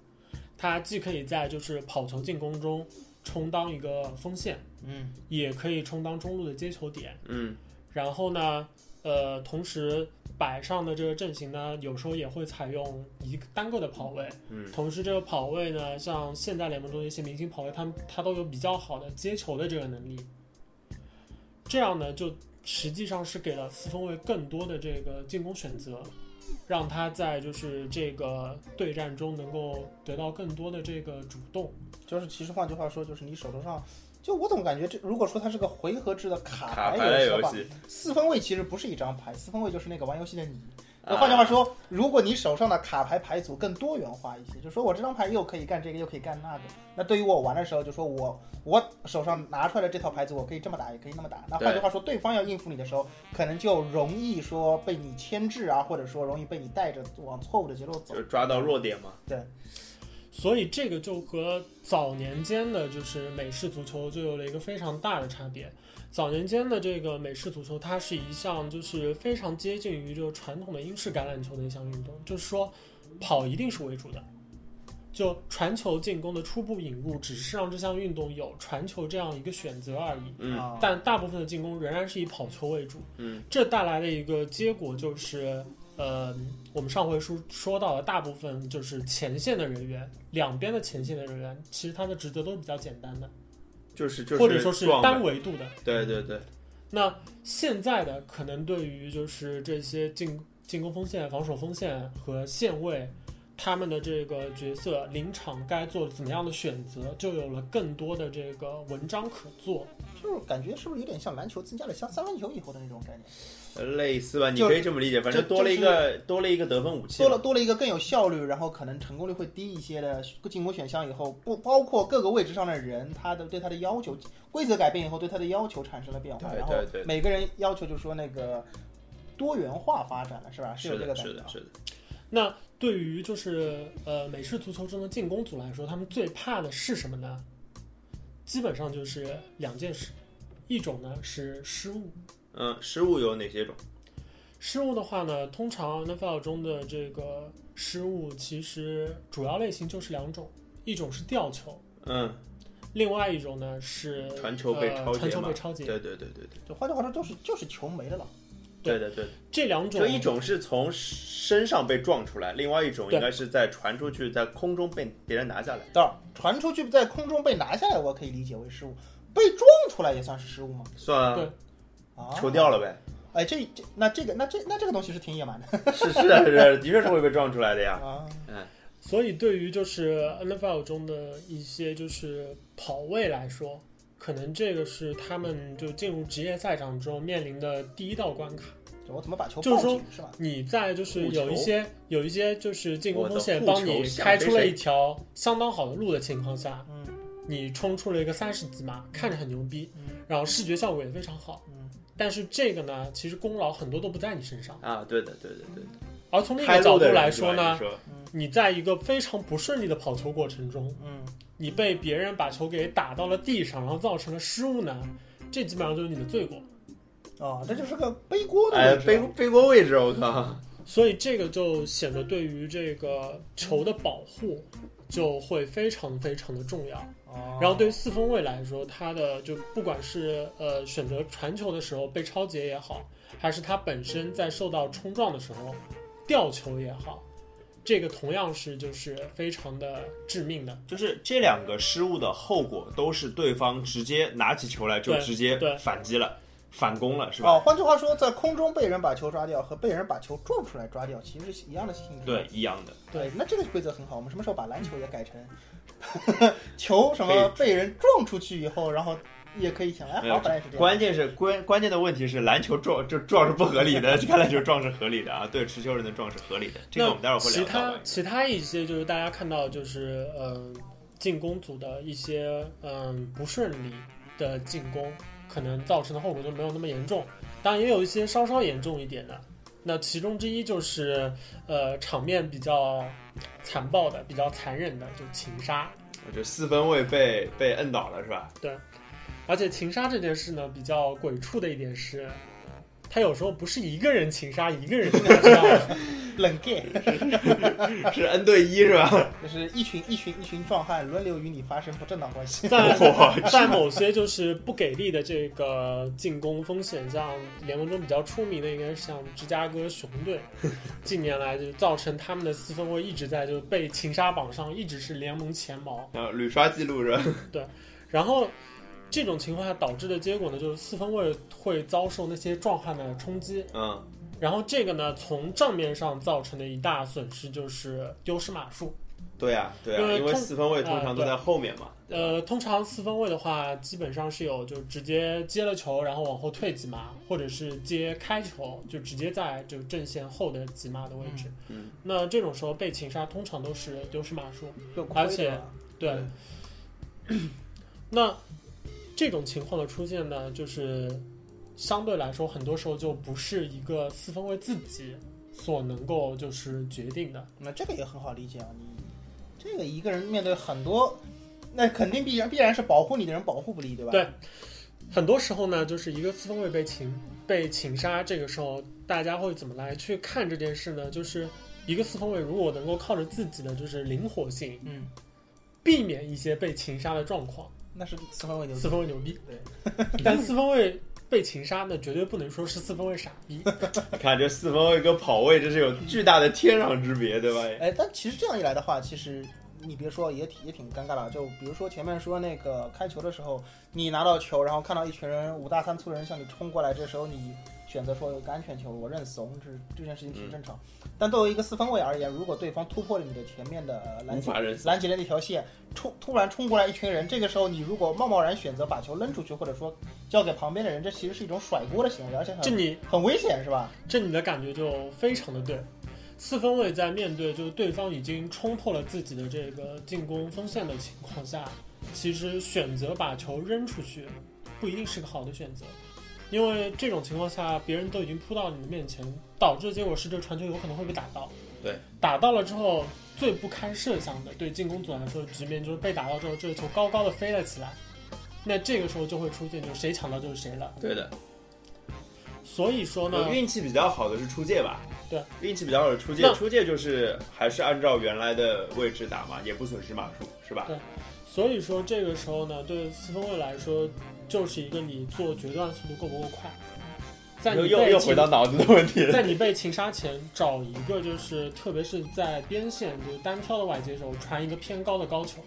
Speaker 1: 它既可以在就是跑球进攻中充当一个锋线，
Speaker 3: 嗯，
Speaker 1: 也可以充当中路的接球点。
Speaker 2: 嗯，
Speaker 1: 然后呢，呃，同时摆上的这个阵型呢，有时候也会采用一个单个的跑位。
Speaker 2: 嗯，
Speaker 1: 同时这个跑位呢，像现在联盟中的一些明星跑位，他们他都有比较好的接球的这个能力。这样呢，就实际上是给了四分卫更多的这个进攻选择，让他在就是这个对战中能够得到更多的这个主动。
Speaker 3: 就是其实换句话说，就是你手头上，就我总感觉这如果说它是个回合制的卡
Speaker 2: 卡
Speaker 3: 牌
Speaker 2: 牌类
Speaker 3: 游戏的话，
Speaker 2: 戏，
Speaker 3: 四分卫其实不是一张牌，四分卫就是那个玩游戏的你。那
Speaker 2: 啊
Speaker 3: 换句话说，如果你手上的卡牌牌组更多元化一些，就说我这张牌又可以干这个，又可以干那个。那对于我玩的时候，就说我我手上拿出来的这套牌组，我可以这么打，也可以那么打。那
Speaker 2: 对
Speaker 3: 换句话说，对方要应付你的时候，可能就容易说被你牵制啊，或者说容易被你带着往错误的节奏走
Speaker 2: 啊就。是抓到弱点嘛。
Speaker 3: 啊
Speaker 1: 所以这个就和早年间的就是美式足球就有了一个非常大的差别。早年间的这个美式足球，它是一项就是非常接近于就是传统的英式橄榄球的一项运动，就是说跑一定是为主的，就传球进攻的初步引入只是让这项运动有传球这样一个选择而已。
Speaker 2: 嗯
Speaker 3: 啊，
Speaker 1: 但大部分的进攻仍然是以跑球为主。
Speaker 2: 嗯，
Speaker 1: 这带来的一个结果就是，呃，我们上回书说到的，大部分就是前线的人员，两边的前线的人员，其实他的职责都是比较简单的，
Speaker 2: 就是就是
Speaker 1: 或者说是
Speaker 2: 撞
Speaker 1: 单
Speaker 2: 的，
Speaker 1: 维度的。
Speaker 2: 对对对，
Speaker 1: 那现在的可能对于就是这些进进攻锋线、防守锋线和线位，他们的这个角色临场该做怎么样的选择，就有了更多的这个文章可做。
Speaker 3: 就是感觉是不是有点像篮球增加了像三分球以后的那种概念，
Speaker 2: 呃类似吧，你
Speaker 3: 就
Speaker 2: 可以这么理解，反正
Speaker 3: 就
Speaker 2: 多了一个多了一个得分武器
Speaker 3: 多
Speaker 2: 嘛，
Speaker 3: 了多了一个更有效率，然后可能成功率会低一些的进攻选项以后，不包括各个位置上的人，他的对他的要求，规则改变以后对他的要求产生了变化，
Speaker 2: 对
Speaker 3: 然后
Speaker 2: 对对
Speaker 3: 每个人要求就说那个多元化发展了，是吧？有
Speaker 2: 是
Speaker 3: 这个
Speaker 2: 的，
Speaker 3: 感
Speaker 2: 是
Speaker 3: 觉
Speaker 2: 的，
Speaker 3: 啊。
Speaker 2: 是的，
Speaker 1: 那对于就是呃美式足球中的进攻组来说，他们最怕的是什么呢？基本上就是两件事，一种呢是失误，
Speaker 2: 嗯，失误有哪些种？
Speaker 1: 失误的话呢，通常 NFL 中的这个失误其实主要类型就是两种，一种是吊球，
Speaker 2: 嗯，
Speaker 1: 另外一种呢是
Speaker 2: 传球被
Speaker 1: 呃
Speaker 2: 超
Speaker 1: 传
Speaker 2: 截
Speaker 1: 球
Speaker 2: 嘛
Speaker 1: 被，超
Speaker 2: 对
Speaker 1: 截，
Speaker 2: 对对对对
Speaker 3: 就换句话说，就是就是球没了了。
Speaker 2: 对对对，
Speaker 1: 这两种
Speaker 2: 就一种是从身上被撞出来，另外一种
Speaker 1: 对
Speaker 2: 应该是在传出去，在空中被别人拿下来，
Speaker 3: 当然，传出去在空中被拿下来，我可以理解为失误，被撞出来也算是失误吗？
Speaker 2: 算啊
Speaker 1: 对
Speaker 3: 啊，
Speaker 2: 球掉了呗。
Speaker 3: 哎，这这那这个那这那这个东西是挺野 蛮的
Speaker 2: 是是啊是啊，的确是会被撞出来的呀。
Speaker 3: 啊。
Speaker 1: 所以对于就是 NFL 中的一些就是跑位来说，可能这个是他们就进入职业赛场之后面临的第一道关卡。
Speaker 3: 就我怎么把球
Speaker 1: 就是
Speaker 3: 抱
Speaker 1: 说
Speaker 3: 紧是吧？
Speaker 1: 你在就是
Speaker 2: 护球
Speaker 1: 有一些有一些就是进攻锋线
Speaker 2: 我的护
Speaker 1: 帮
Speaker 2: 球
Speaker 1: 你
Speaker 2: 像
Speaker 1: 开出了
Speaker 2: 谁
Speaker 1: 一条相当好的路的情况下，
Speaker 3: 嗯
Speaker 1: 你冲出了一个三十几码，看着很牛逼，
Speaker 3: 嗯
Speaker 1: 然后视觉效果也非常好。
Speaker 3: 嗯。
Speaker 1: 但是这个呢，其实功劳很多都不在你身上。
Speaker 2: 啊，对的，对的，对的。
Speaker 1: 而从另一
Speaker 2: 开
Speaker 1: 个
Speaker 2: 路
Speaker 1: 角度
Speaker 2: 的人
Speaker 1: 来
Speaker 2: 是
Speaker 1: 说
Speaker 2: 吧
Speaker 1: 呢
Speaker 2: 你，说
Speaker 1: 你在一个非常不顺利的跑球过程中，
Speaker 3: 嗯
Speaker 1: 你被别人把球给打到了地上，然后造成了失误呢，这基本上就是你的罪过。
Speaker 3: 哦，这就是个背锅的
Speaker 2: 哎
Speaker 3: 位，置啊
Speaker 2: 背背锅位置，哦我 靠，
Speaker 1: 所以这个就显得对于这个球的保护就会非常非常的重要。
Speaker 3: 啊哦
Speaker 1: 然后对于四分卫来说，他的就不管是呃选择传球的时候被超截也好，还是他本身在受到冲撞的时候吊球也好，这个同样是就是非常的致命的。
Speaker 2: 就是这两个失误的后果都是对方直接拿起球来就
Speaker 1: 对
Speaker 2: 直接
Speaker 1: 对
Speaker 2: 反击了、反攻了，是吧？
Speaker 3: 哦，换句话说，在空中被人把球抓掉和被人把球撞出来抓掉，其实是一样的性质。
Speaker 2: 对，一样的。
Speaker 1: 对
Speaker 3: 对，那这个规则很好，我们什么时候把篮球也改成 球什么被人撞出去以后，然后也可以想，哎，
Speaker 2: 没有
Speaker 3: 好，本来是这样。
Speaker 2: 关键是关关键的问题是篮球撞就撞是不合理的， 看篮球撞是合理的啊，对持球人的撞是合理的，这
Speaker 1: 那
Speaker 2: 个我们待会儿会
Speaker 1: 其
Speaker 2: 聊到
Speaker 1: 他
Speaker 2: 的。
Speaker 1: 其他一些就是大家看到就是嗯、进攻组的一些嗯、不顺利的进攻，可能造成的后果就没有那么严重。当然也有一些稍稍严重一点的，那其中之一就是呃场面比较残暴的、比较残忍的，就擒杀。
Speaker 2: 就四分卫被被摁倒了是吧？
Speaker 1: 而且擒杀这件事呢，比较鬼畜的一点是，他有时候不是一个人擒杀一个人擒 杀，
Speaker 3: 冷 gay，
Speaker 2: 是 N 对一是 吧？
Speaker 3: 就是一群一群一群壮汉轮流与你发生不正当关系。
Speaker 1: 在
Speaker 2: 哇，
Speaker 1: 在某些就是不给力的这个进攻风险，像联盟中比较出名的应该是像芝加哥熊队，近年来就造成他们的四分卫一直在就被擒杀榜上一直是联盟前茅。
Speaker 2: 然后屡刷记录是吧？
Speaker 1: 然后这种情况下导致的结果呢，就是四分卫会遭受那些壮汉的冲击，
Speaker 2: 嗯，
Speaker 1: 然后这个呢从账面上造成的一大损失就是丢失码数。
Speaker 2: 对啊，对啊，
Speaker 1: 因为
Speaker 2: 因为
Speaker 1: 通啊
Speaker 2: 四分卫通常都在后面嘛，对吧
Speaker 1: 呃，通常四分卫的话，基本上是有就直接接了球，然后往后退几码，或者是接开球，就直接在就阵线后的几码的位置。
Speaker 2: 嗯，
Speaker 1: 那这种时候被擒杀，通常都是丢失码数。
Speaker 3: 就亏了
Speaker 1: 而且对，
Speaker 2: 嗯
Speaker 1: 那这种情况的出现呢，就是相对来说，很多时候就不是一个四分卫自己所能够就是决定的。
Speaker 3: 那这个也很好理解啊，你这个一个人面对很多，那肯定必然必然是保护你的人保护不力，对吧？
Speaker 1: 对很多时候呢，就是一个四分卫被擒被擒杀，这个时候大家会怎么来去看这件事呢？就是一个四分卫如果能够靠着自己的就是灵活性，
Speaker 3: 嗯，
Speaker 1: 避免一些被擒杀的状况，
Speaker 3: 那是四分卫牛逼
Speaker 1: 四。分卫牛逼。
Speaker 3: 对，
Speaker 1: 但四分卫被擒杀呢，绝对不能说是四分卫傻逼。
Speaker 2: 你看这四分卫跟跑位这是有巨大的天壤之别，对吧？
Speaker 3: 哎，但其实这样一来的话，其实你别说也挺也挺尴尬的。啊就比如说前面说那个开球的时候，你拿到球，然后看到一群人五大三粗的人向你冲过来，这时候你选择说有个安全球，我认怂，这这件事情挺正常。
Speaker 2: 嗯
Speaker 3: 但作为一个四分卫而言，如果对方突破了你的前面的呃
Speaker 2: 无
Speaker 3: 拦截
Speaker 2: 法认识。
Speaker 3: 拦截的那条线，冲突然冲过来一群人，这个时候你如果贸贸然选择把球扔出去，或者说交给旁边的人，这其实是一种甩锅的行为，而且
Speaker 1: 这
Speaker 3: 很
Speaker 1: 你
Speaker 3: 很危险，是吧？
Speaker 1: 这你的感觉就非常的对。四分卫在面对就是对方已经冲破了自己的这个进攻锋线的情况下，其实选择把球扔出去，不一定是个好的选择，因为这种情况下别人都已经扑到你的面前，导致的结果是这传球有可能会被打到。
Speaker 2: 对，
Speaker 1: 打到了之后最不堪设想的对进攻组来说的局面就是被打到之后，这个球高高的飞了起来，那这个时候就会出现就是谁抢到就是谁了。
Speaker 2: 对的，
Speaker 1: 所以说呢，
Speaker 2: 运气比较好的是出界吧？
Speaker 1: 对，
Speaker 2: 运气比较好的出界，
Speaker 1: 那
Speaker 2: 出界就是还是按照原来的位置打嘛，也不损失码数，是吧？
Speaker 1: 所以说这个时候呢，对四分卫来说，就是一个你做决断速度够不够快，在
Speaker 2: 又
Speaker 1: 你
Speaker 2: 又
Speaker 1: 被
Speaker 2: 又回
Speaker 1: 擒
Speaker 2: 到脑子的问题了。
Speaker 1: 在你被擒杀前，找一个就是特别是在边线就是单挑的外接手传一个偏高的高球，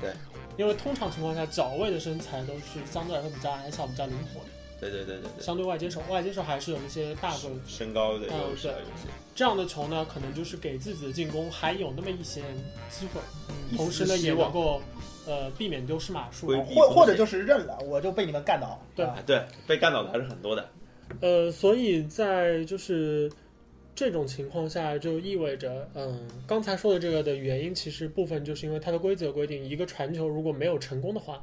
Speaker 2: 对，
Speaker 1: 因为通常情况下脚位的身材都是相对来说比较矮小、比较灵活的，
Speaker 2: 对对对对对，
Speaker 1: 相对外接手，外接手还是有一些大个子。
Speaker 2: 身高的优势啊，
Speaker 1: 嗯
Speaker 2: 有些
Speaker 1: 这样的球呢，可能就是给自己的进攻还有那么一些机会，
Speaker 3: 嗯
Speaker 1: 同时
Speaker 2: 一丝
Speaker 1: 呢
Speaker 2: 希
Speaker 1: 也能
Speaker 2: 望
Speaker 1: 够呃避免丢失码数
Speaker 2: 规。避
Speaker 3: 或
Speaker 2: 风
Speaker 3: 或者
Speaker 2: 险
Speaker 3: 就是认了，我就被你们干倒。
Speaker 1: 对
Speaker 3: 吧
Speaker 2: 啊对，被干倒的还是很多的。
Speaker 1: 呃，所以在就是这种情况下，就意味着，嗯，刚才说的这个的原因，其实部分就是因为它的规则规定，一个传球如果没有成功的话，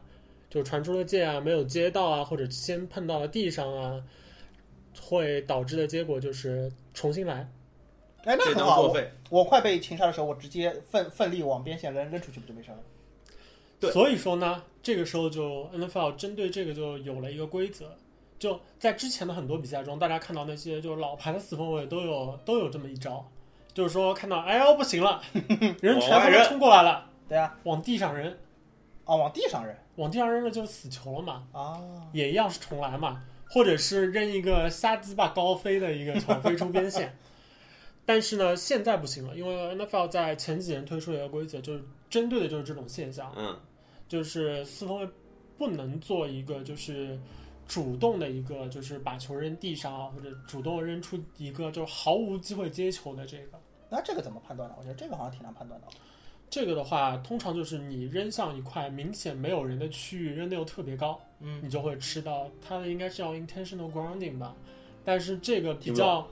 Speaker 1: 就传出了界啊，没有接到啊，或者先碰到了地上啊，会导致的结果就是重新来。
Speaker 3: 哎，那
Speaker 2: 这
Speaker 3: 很
Speaker 2: 当
Speaker 3: 好。
Speaker 2: 作
Speaker 3: 我
Speaker 2: 废，
Speaker 3: 我快被擒杀的时候，我直接奋奋力往边线扔扔出去，不就没事了？
Speaker 2: 对
Speaker 1: 所以说呢，这个时候就 NFL 针对这个就有了一个规则。就在之前的很多比赛中，大家看到那些就老牌的四分卫都有都有这么一招，就是 说看到哎呦不行了，人全
Speaker 2: 往外
Speaker 1: 都
Speaker 2: 扔
Speaker 1: 冲过来了，
Speaker 3: 对啊，
Speaker 1: 往地上扔，
Speaker 3: 啊，往地上扔
Speaker 1: 往地上扔了就是死球了嘛，
Speaker 3: 啊，
Speaker 1: 也一样是重来嘛，或者是扔一个瞎鸡巴高飞的一个球飞出边线。 但是呢，现在不行了，因为 NFL 在前几年推出了一个规则，就是针对的就是这种现象，
Speaker 2: 嗯
Speaker 1: 就是四分卫不能做一个就是主动的一个就是把球扔地上啊，或者主动扔出一个就是毫无机会接球的这个。
Speaker 3: 那这个怎么判断呢？我觉得这个好像挺难判断的。
Speaker 1: 这个的话，通常就是你扔向一块明显没有人的区域，扔的又特别高，
Speaker 3: 嗯，
Speaker 1: 你就会吃到它的应该是叫 intentional grounding 吧。但是这个比
Speaker 2: 听不
Speaker 1: 较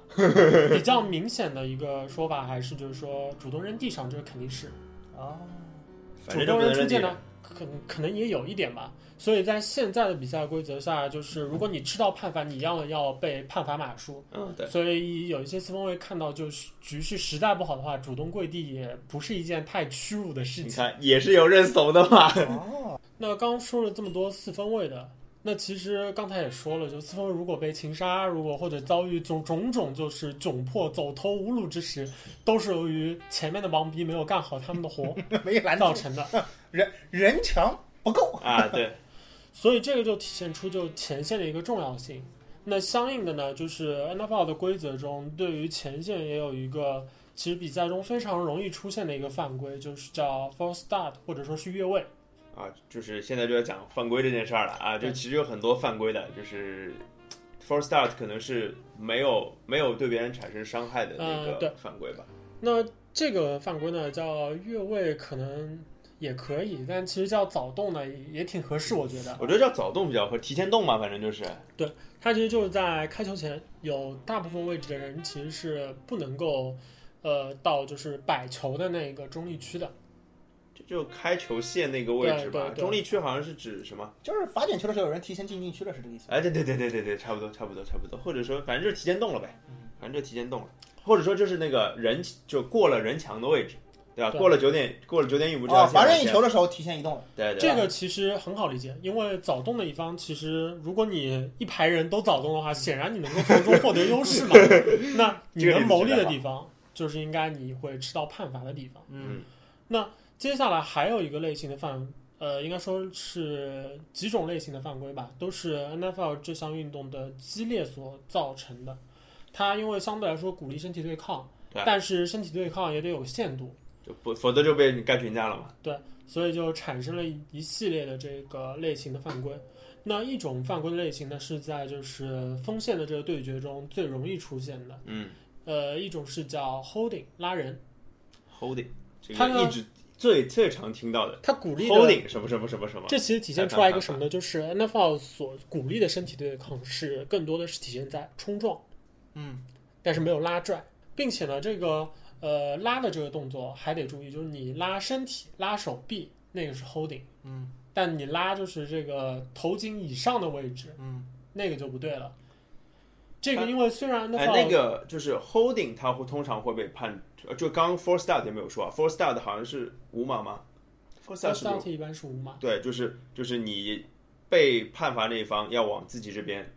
Speaker 1: 比较明显的一个说法，还是就是说主动扔地上，这个肯定是
Speaker 3: 啊，
Speaker 2: 反
Speaker 1: 主
Speaker 2: 正就
Speaker 1: 动
Speaker 2: 不
Speaker 1: 扔
Speaker 2: 能
Speaker 1: 出
Speaker 2: 扔地
Speaker 1: 界
Speaker 2: 上
Speaker 1: 呢，可可能也有一点吧。所以在现在的比赛规则下，就是如果你吃到判罚，你一样要被判罚码数。
Speaker 2: 嗯，对，
Speaker 1: 所以有一些四分卫看到就是局势实在不好的话，主动跪地也不是一件太屈辱的事
Speaker 2: 你
Speaker 1: 情。
Speaker 2: 看也是有认怂的 嘛。
Speaker 3: 哦，
Speaker 1: 那刚说了这么多四分卫的，那其实刚才也说了，就四分卫如果被擒杀，如果或者遭遇种种种就是窘迫、走投无路之时，都是由于前面的忙逼没有干好他们的 活
Speaker 3: 没拦
Speaker 1: 造
Speaker 3: 到
Speaker 1: 成的。
Speaker 3: 人人墙不够。
Speaker 2: 啊，对，
Speaker 1: 所以这个就体现出就前线的一个重要性。那相应的呢，就是 NFL 的规则中对于前线也有一个其实比赛中非常容易出现的一个犯规，就是叫 false start 或者说是越位。
Speaker 2: 啊，就是现在就要讲犯规这件事儿了啊，就
Speaker 1: 对
Speaker 2: 其实有很多犯规的，就是 f o r start 可能是没有没有对别人产生伤害的那
Speaker 1: 嗯对
Speaker 2: 个犯规吧。
Speaker 1: 那这个犯规呢，叫越位，可能也可以，但其实叫早动呢，也挺合适，我觉得。
Speaker 2: 我觉得叫早动比较合，提前动嘛，反正就是
Speaker 1: 它其实就是在开球前，有大部分位置的人其实是不能够，呃，到就是摆球的那个中立区的。
Speaker 2: 就就开球线那个位置吧
Speaker 1: 对对。对
Speaker 2: 中立区好像是指什么？
Speaker 3: 就是罚点球的时候，有人提前进禁区了，是这个意思吗？
Speaker 2: 哎，对对对对对对，差不多差不多差不多，或者说反正就是提前动了呗，
Speaker 1: 嗯
Speaker 2: 反正就提前动了，或者说就是那个人就过了人墙的位置，对吧？
Speaker 1: 对哦
Speaker 2: 过了九点过了九点一五这条
Speaker 3: 啊，
Speaker 2: 线
Speaker 3: 罚任意
Speaker 2: 线
Speaker 3: 球的时候提前移动了，
Speaker 2: 对对
Speaker 1: 这
Speaker 2: 对
Speaker 1: 个其实很好理解，因为早动的一方，其实如果你一排人都早动的话，显然你能够从中获得优势 嘛。那你
Speaker 2: 这个例
Speaker 1: 能
Speaker 2: 子
Speaker 1: 牟利
Speaker 2: 举
Speaker 1: 的
Speaker 2: 得好
Speaker 1: 地方，就是应该你会吃到判罚的地方。
Speaker 2: 嗯
Speaker 1: 接下来还有一个类型的犯，呃，应该说是几种类型的犯规吧，都是 NFL 这项运动的激烈所造成的。它因为相对来说鼓励身体对抗，
Speaker 2: 对
Speaker 1: 但是身体对抗也得有限度，
Speaker 2: 就不否则就被你干群架了嘛。
Speaker 1: 所以就产生了一一系列的这个类型的犯规。那一种犯规类型呢，是在就是锋线的这个对决中最容易出现的。
Speaker 2: 嗯
Speaker 1: 呃，一种是叫 holding 拉人，
Speaker 2: ，holding 这
Speaker 1: 他呢
Speaker 2: 个一直最最常听到的
Speaker 1: 它鼓励的
Speaker 2: holding 什么什么什么什么，
Speaker 1: 这其实体现出来一个什么呢？就是 NFL 所鼓励的身体对抗是更多的是体现在冲撞，
Speaker 3: 嗯，
Speaker 1: 但是没有拉拽，并且呢，这个呃拉的这个动作还得注意，就是你拉身体、拉手臂那个是 holding，
Speaker 3: 嗯
Speaker 1: 但你拉就是这个头颈以上的位置
Speaker 3: 嗯，
Speaker 1: 那个就不对了。这个
Speaker 2: 哎
Speaker 1: 因为虽然 NFL、
Speaker 2: 哎，那个就是 holding，它会通常会被判，呃就刚刚 four start 也没有说啊，four start 好像是五码吗？four start 是不是
Speaker 1: start 一般是五码，
Speaker 2: 对，就是就是你被判罚那一方要往自己这边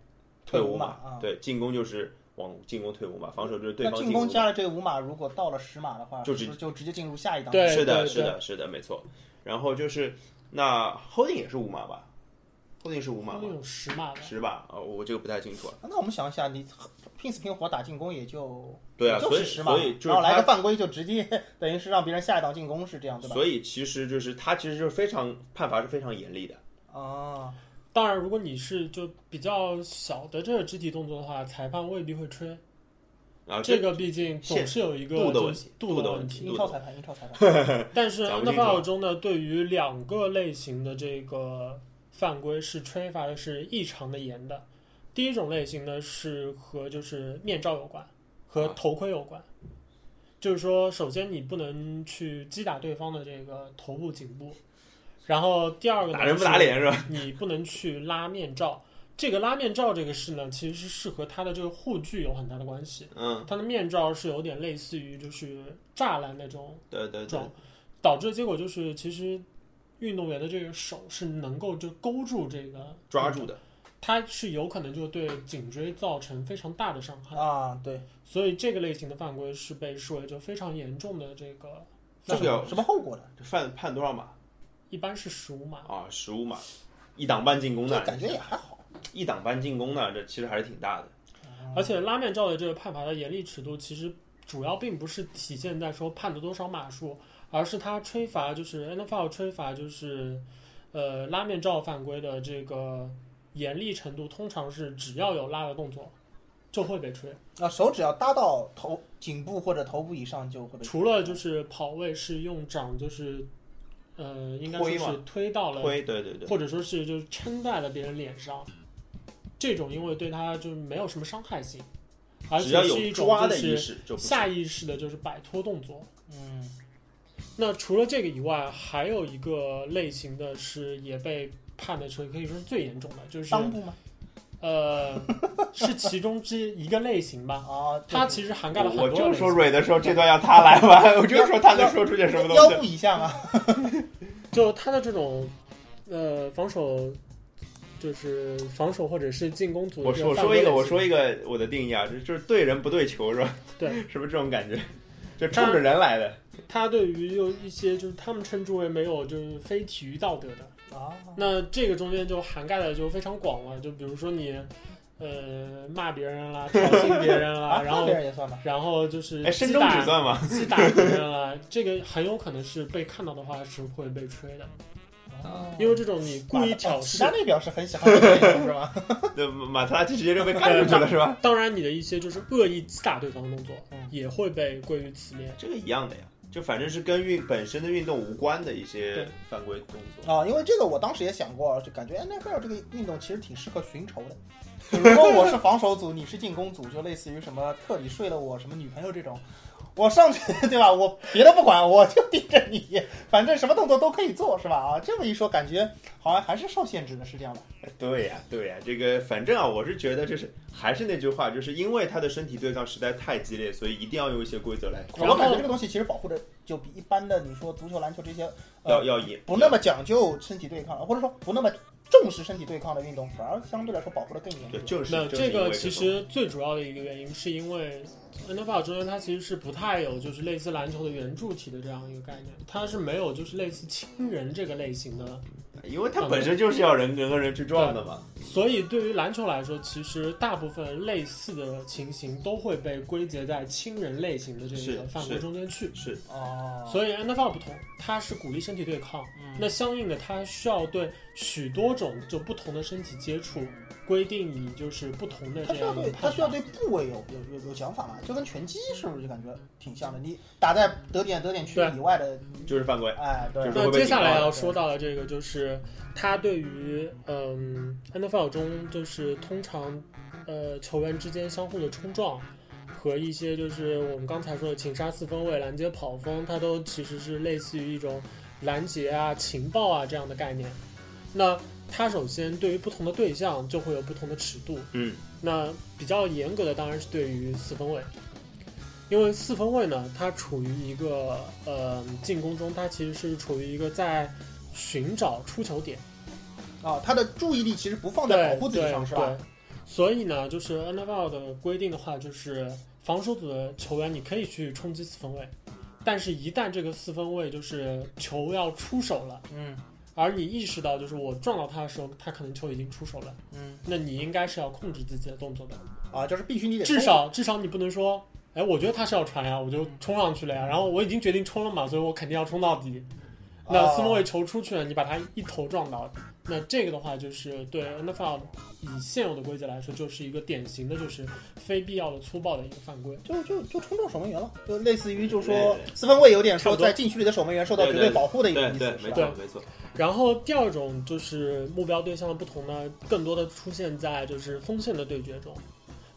Speaker 2: 退
Speaker 3: 退五
Speaker 2: 五
Speaker 3: 码
Speaker 2: 码，
Speaker 3: 啊
Speaker 2: 对，进攻就是往进攻退五码，防守就是对
Speaker 3: 那
Speaker 2: 方
Speaker 3: 进
Speaker 2: 攻
Speaker 3: 攻加了这五码，如果到了十码的话，
Speaker 2: 就是直
Speaker 3: 不是就直接进入下一档。啊
Speaker 1: 对
Speaker 2: 是
Speaker 1: 对
Speaker 2: 的，是的，是的，没错。然后就是那 holding 也是五码吧？holding 是五码
Speaker 1: 那
Speaker 2: 吗？
Speaker 1: 种十码的。
Speaker 2: 十吧？哦，我这个不太清楚啊。
Speaker 3: 那我们想一下，你拼死拼活打进攻也就
Speaker 2: 对啊，
Speaker 3: 就
Speaker 2: 所以
Speaker 3: 是十码，
Speaker 2: 所以就是
Speaker 3: 然后来
Speaker 2: 他
Speaker 3: 个犯规就直接 等于是让别人下一档进攻，是这样对
Speaker 2: 啊
Speaker 3: 吧？
Speaker 2: 所以其实就是他其实就是非常判罚是非常严厉的。
Speaker 3: 啊，
Speaker 1: 当然，如果你是就比较小的这个肢体动作的话，裁判未必会吹。
Speaker 2: 然后
Speaker 1: 这个毕竟总
Speaker 2: 啊限
Speaker 1: 是有一个
Speaker 2: 度的
Speaker 1: 就
Speaker 2: 问题
Speaker 1: 度
Speaker 2: 度的
Speaker 1: 问
Speaker 2: 问
Speaker 1: 题。
Speaker 2: 题
Speaker 3: 英超裁判，英超裁判，
Speaker 1: 但是
Speaker 2: 讲不清楚
Speaker 1: NFL 中呢，对于两个类型的这个犯规是吹罚的是异常的严的。第一种类型呢是和就是面罩有关，和
Speaker 2: 啊
Speaker 1: 头盔有关。就是说，首先你不能去击打对方的这个头部、颈部，然后第二个呢
Speaker 2: 打人不打，脸是吧？
Speaker 1: 就是你不能去拉面罩。这个拉面罩这个事呢，其实是和它的这个护具有很大的关系。
Speaker 2: 嗯，
Speaker 1: 它的面罩是有点类似于就是栅栏那种
Speaker 2: 对对对
Speaker 1: 状，，导致的结果就是其实运动员的这个手是能够就勾住这个
Speaker 2: 抓住，的。
Speaker 1: 它是有可能就对颈椎造成非常大的伤害，
Speaker 3: 啊，对，
Speaker 1: 所以这个类型的犯规是被视为就非常严重的这个
Speaker 2: 那
Speaker 1: 犯
Speaker 2: 是
Speaker 1: 规。
Speaker 2: 要
Speaker 3: 什么后果呢？
Speaker 2: 判判多少码？
Speaker 1: 一般是十五码，
Speaker 2: 啊，十五码，一挡半进攻
Speaker 3: 这
Speaker 2: 呢，
Speaker 3: 感觉也还好。
Speaker 2: 一挡半进攻呢，这其实还是挺大的。
Speaker 1: 而且拉面照的这个判罚的严厉尺度，其实主要并不是体现在说判了多少码数，而是他吹罚，就是 NFL 吹罚，就是呃拉面照犯规的这个严厉程度，通常是只要有拉的动作就会被吹，
Speaker 3: 啊，手只要搭到头颈部或者头部以上就会被
Speaker 1: 除了就是跑位是用掌，就是呃应该说
Speaker 2: 推嘛
Speaker 1: 是推到了
Speaker 2: 推，对对对，
Speaker 1: 或者说是就是撑在了别人脸上，这种因为对他就是没有什么伤害性，而
Speaker 2: 只
Speaker 1: 且
Speaker 2: 要
Speaker 1: 是一
Speaker 2: 有
Speaker 1: 种
Speaker 2: 抓
Speaker 1: 就
Speaker 2: 的意
Speaker 1: 是
Speaker 2: 识就不行
Speaker 1: 下意识的就是摆脱动作。
Speaker 3: 嗯
Speaker 1: 那除了这个以外，还有一个类型的是也被判的是可以说是最严重的，就是
Speaker 3: 裆部吗？
Speaker 1: 呃 是其中之一个类型吧。
Speaker 3: 啊，
Speaker 1: 它
Speaker 3: 对
Speaker 1: 其实涵盖了
Speaker 2: 我
Speaker 1: 很
Speaker 2: 我
Speaker 1: 多
Speaker 2: 就
Speaker 1: 类
Speaker 2: 是说
Speaker 1: 型，
Speaker 2: 蕊的时候，这段要他来吧，我就说他能说出点什么东
Speaker 3: 腰
Speaker 2: 西。
Speaker 3: 部以 下吗？
Speaker 1: 就它的这种呃防守，就是防守或者是进攻组
Speaker 2: 我
Speaker 1: 的这
Speaker 2: 说
Speaker 1: 种犯
Speaker 2: 我说
Speaker 1: 规
Speaker 2: 一
Speaker 1: 类
Speaker 2: 个，
Speaker 1: 型。
Speaker 2: 我说一个我的定义啊，就就是对人不对球是吧？
Speaker 1: 对，
Speaker 2: 是不是这种感觉？就冲着人来的，
Speaker 1: 他对于有一些就是他们称之为没有就是非体育道德的，
Speaker 3: 啊，
Speaker 1: 那这个中间就涵盖的就非常广了，就比如说你呃骂别人啦，挑衅别人啦，
Speaker 3: 啊，
Speaker 1: 然
Speaker 3: 那
Speaker 1: 后
Speaker 3: 别人也算吧。
Speaker 1: 然后就是
Speaker 2: 哎，伸
Speaker 1: 击
Speaker 2: 中指
Speaker 1: 打
Speaker 2: 算吗？
Speaker 1: 击打别人啊，这个很有可能是被看到的话是会被吹的，
Speaker 3: 哦
Speaker 1: 因为这种你故意挑
Speaker 3: 哦齐达
Speaker 1: 衅，
Speaker 3: 内表示很喜欢这个运动是吧？
Speaker 2: 对，马特拉蒂直接就被干出去了是吧？
Speaker 1: 当然你的一些就是恶意击打对方的动作
Speaker 3: 嗯
Speaker 1: 也会被归于此列。
Speaker 2: 这个一样的呀，就反正是跟运本身的运动无关的一些
Speaker 1: 对
Speaker 2: 犯规动作。
Speaker 3: 啊，因为这个我当时也想过，就感觉哎 NFL 这个运动其实挺适合寻仇的。就如果我是防守组，你是进攻组，就类似于什么特里睡了我什么女朋友这种，我上去 对吧？我别的不管，我就盯着你，反正什么动作都可以做是吧？啊，这么一说，感觉好像还是受限制的，是这样吧？
Speaker 2: 对呀，对呀，这个反正啊，我是觉得就是还是那句话，就是因为他的身体对抗实在太激烈，所以一定要用一些规则来控
Speaker 1: 然后
Speaker 2: 制
Speaker 3: 我感觉这个东西其实保护的就比一般的你说足球、篮球这些，
Speaker 2: 要
Speaker 3: 呃，
Speaker 2: 要赢，
Speaker 3: 不那么讲究身体对抗，或者说不那么重视身体对抗的运动，反而相对来说保护的更严
Speaker 2: 对，
Speaker 3: 格。
Speaker 2: 正是
Speaker 1: 那
Speaker 2: 正是
Speaker 1: 这
Speaker 2: 因为
Speaker 1: 个
Speaker 2: 这
Speaker 1: 其
Speaker 2: 种
Speaker 1: 实最主要的一个原因，是因为 NFL 中间它其实是不太有就是类似篮球的圆柱体的这样一个概念，它是没有就是类似亲人这个类型的，
Speaker 2: 因为它本身就是要人人跟人去撞的嘛。
Speaker 1: 所以对于篮球来说，其实大部分类似的情形都会被归结在亲人类型的这
Speaker 2: 是
Speaker 1: 个范围
Speaker 2: 是
Speaker 1: 中间去。
Speaker 2: 是，
Speaker 3: 哦，
Speaker 1: 所以 NFL 不同，它是鼓励身体对抗，
Speaker 3: 嗯
Speaker 1: 那相应的它需要对许多种就不同的身体接触规定你就是不同的
Speaker 3: 他
Speaker 1: 这
Speaker 3: 需要
Speaker 1: 样一个
Speaker 3: 对
Speaker 1: 判
Speaker 3: 他需要
Speaker 1: 罚
Speaker 3: 对部位有有有有想法嘛？就跟拳击是不是就感觉挺像的？你打在得点得点区
Speaker 1: 对
Speaker 3: 以外的，
Speaker 2: 就是犯规。
Speaker 3: 哎，对
Speaker 2: 就，是
Speaker 1: 那
Speaker 2: 会被
Speaker 1: 接下来
Speaker 2: 警告
Speaker 1: 要说到的这个就是，他对于嗯 NFL 中就是通常呃球员之间相互的冲撞和一些就是我们刚才说的擒杀四分卫、拦截跑锋，它都其实是类似于一种拦截啊、情报啊这样的概念。那它首先对于不同的对象就会有不同的尺度，
Speaker 2: 嗯，
Speaker 1: 那比较严格的当然是对于四分卫，因为四分卫呢，它处于一个呃进攻中，它其实是处于一个在寻找出球点，
Speaker 3: 啊，他的注意力其实不放在
Speaker 1: 对
Speaker 3: 保护自己上，
Speaker 1: 对
Speaker 3: 是吧？
Speaker 1: 对所以呢，就是 NFL 的规定的话，就是防守组的球员你可以去冲击四分卫，但是一旦这个四分卫就是球要出手了，
Speaker 3: 嗯
Speaker 1: 而你意识到就是我撞到他的时候，他可能球已经出手了，
Speaker 3: 嗯，
Speaker 1: 那你应该是要控制自己的动作的。
Speaker 3: 啊，就是必须你得
Speaker 1: 至少至少你不能说，哎，我觉得他是要传呀，我就冲上去了呀，然后我已经决定冲了嘛，所以我肯定要冲到底。那
Speaker 3: 啊
Speaker 1: 四分卫球出去了，你把他一头撞倒，那这个的话就是对 NFL 以现有的规则来说，就是一个典型的就是非必要的粗暴的一个犯规。
Speaker 3: 就就就冲撞守门员了，就类似于就说
Speaker 2: 对对
Speaker 3: 四分卫有点
Speaker 1: 差
Speaker 3: 说
Speaker 1: 不多
Speaker 3: 在禁区里的守门员受到绝
Speaker 2: 对对
Speaker 3: 对保护的
Speaker 2: 对
Speaker 3: 一个意
Speaker 2: 对，
Speaker 3: 思，是
Speaker 2: 没
Speaker 3: 吧？
Speaker 2: 错没错，
Speaker 1: 然后第二种就是目标对象的不同呢，更多的出现在就是锋线的对决中。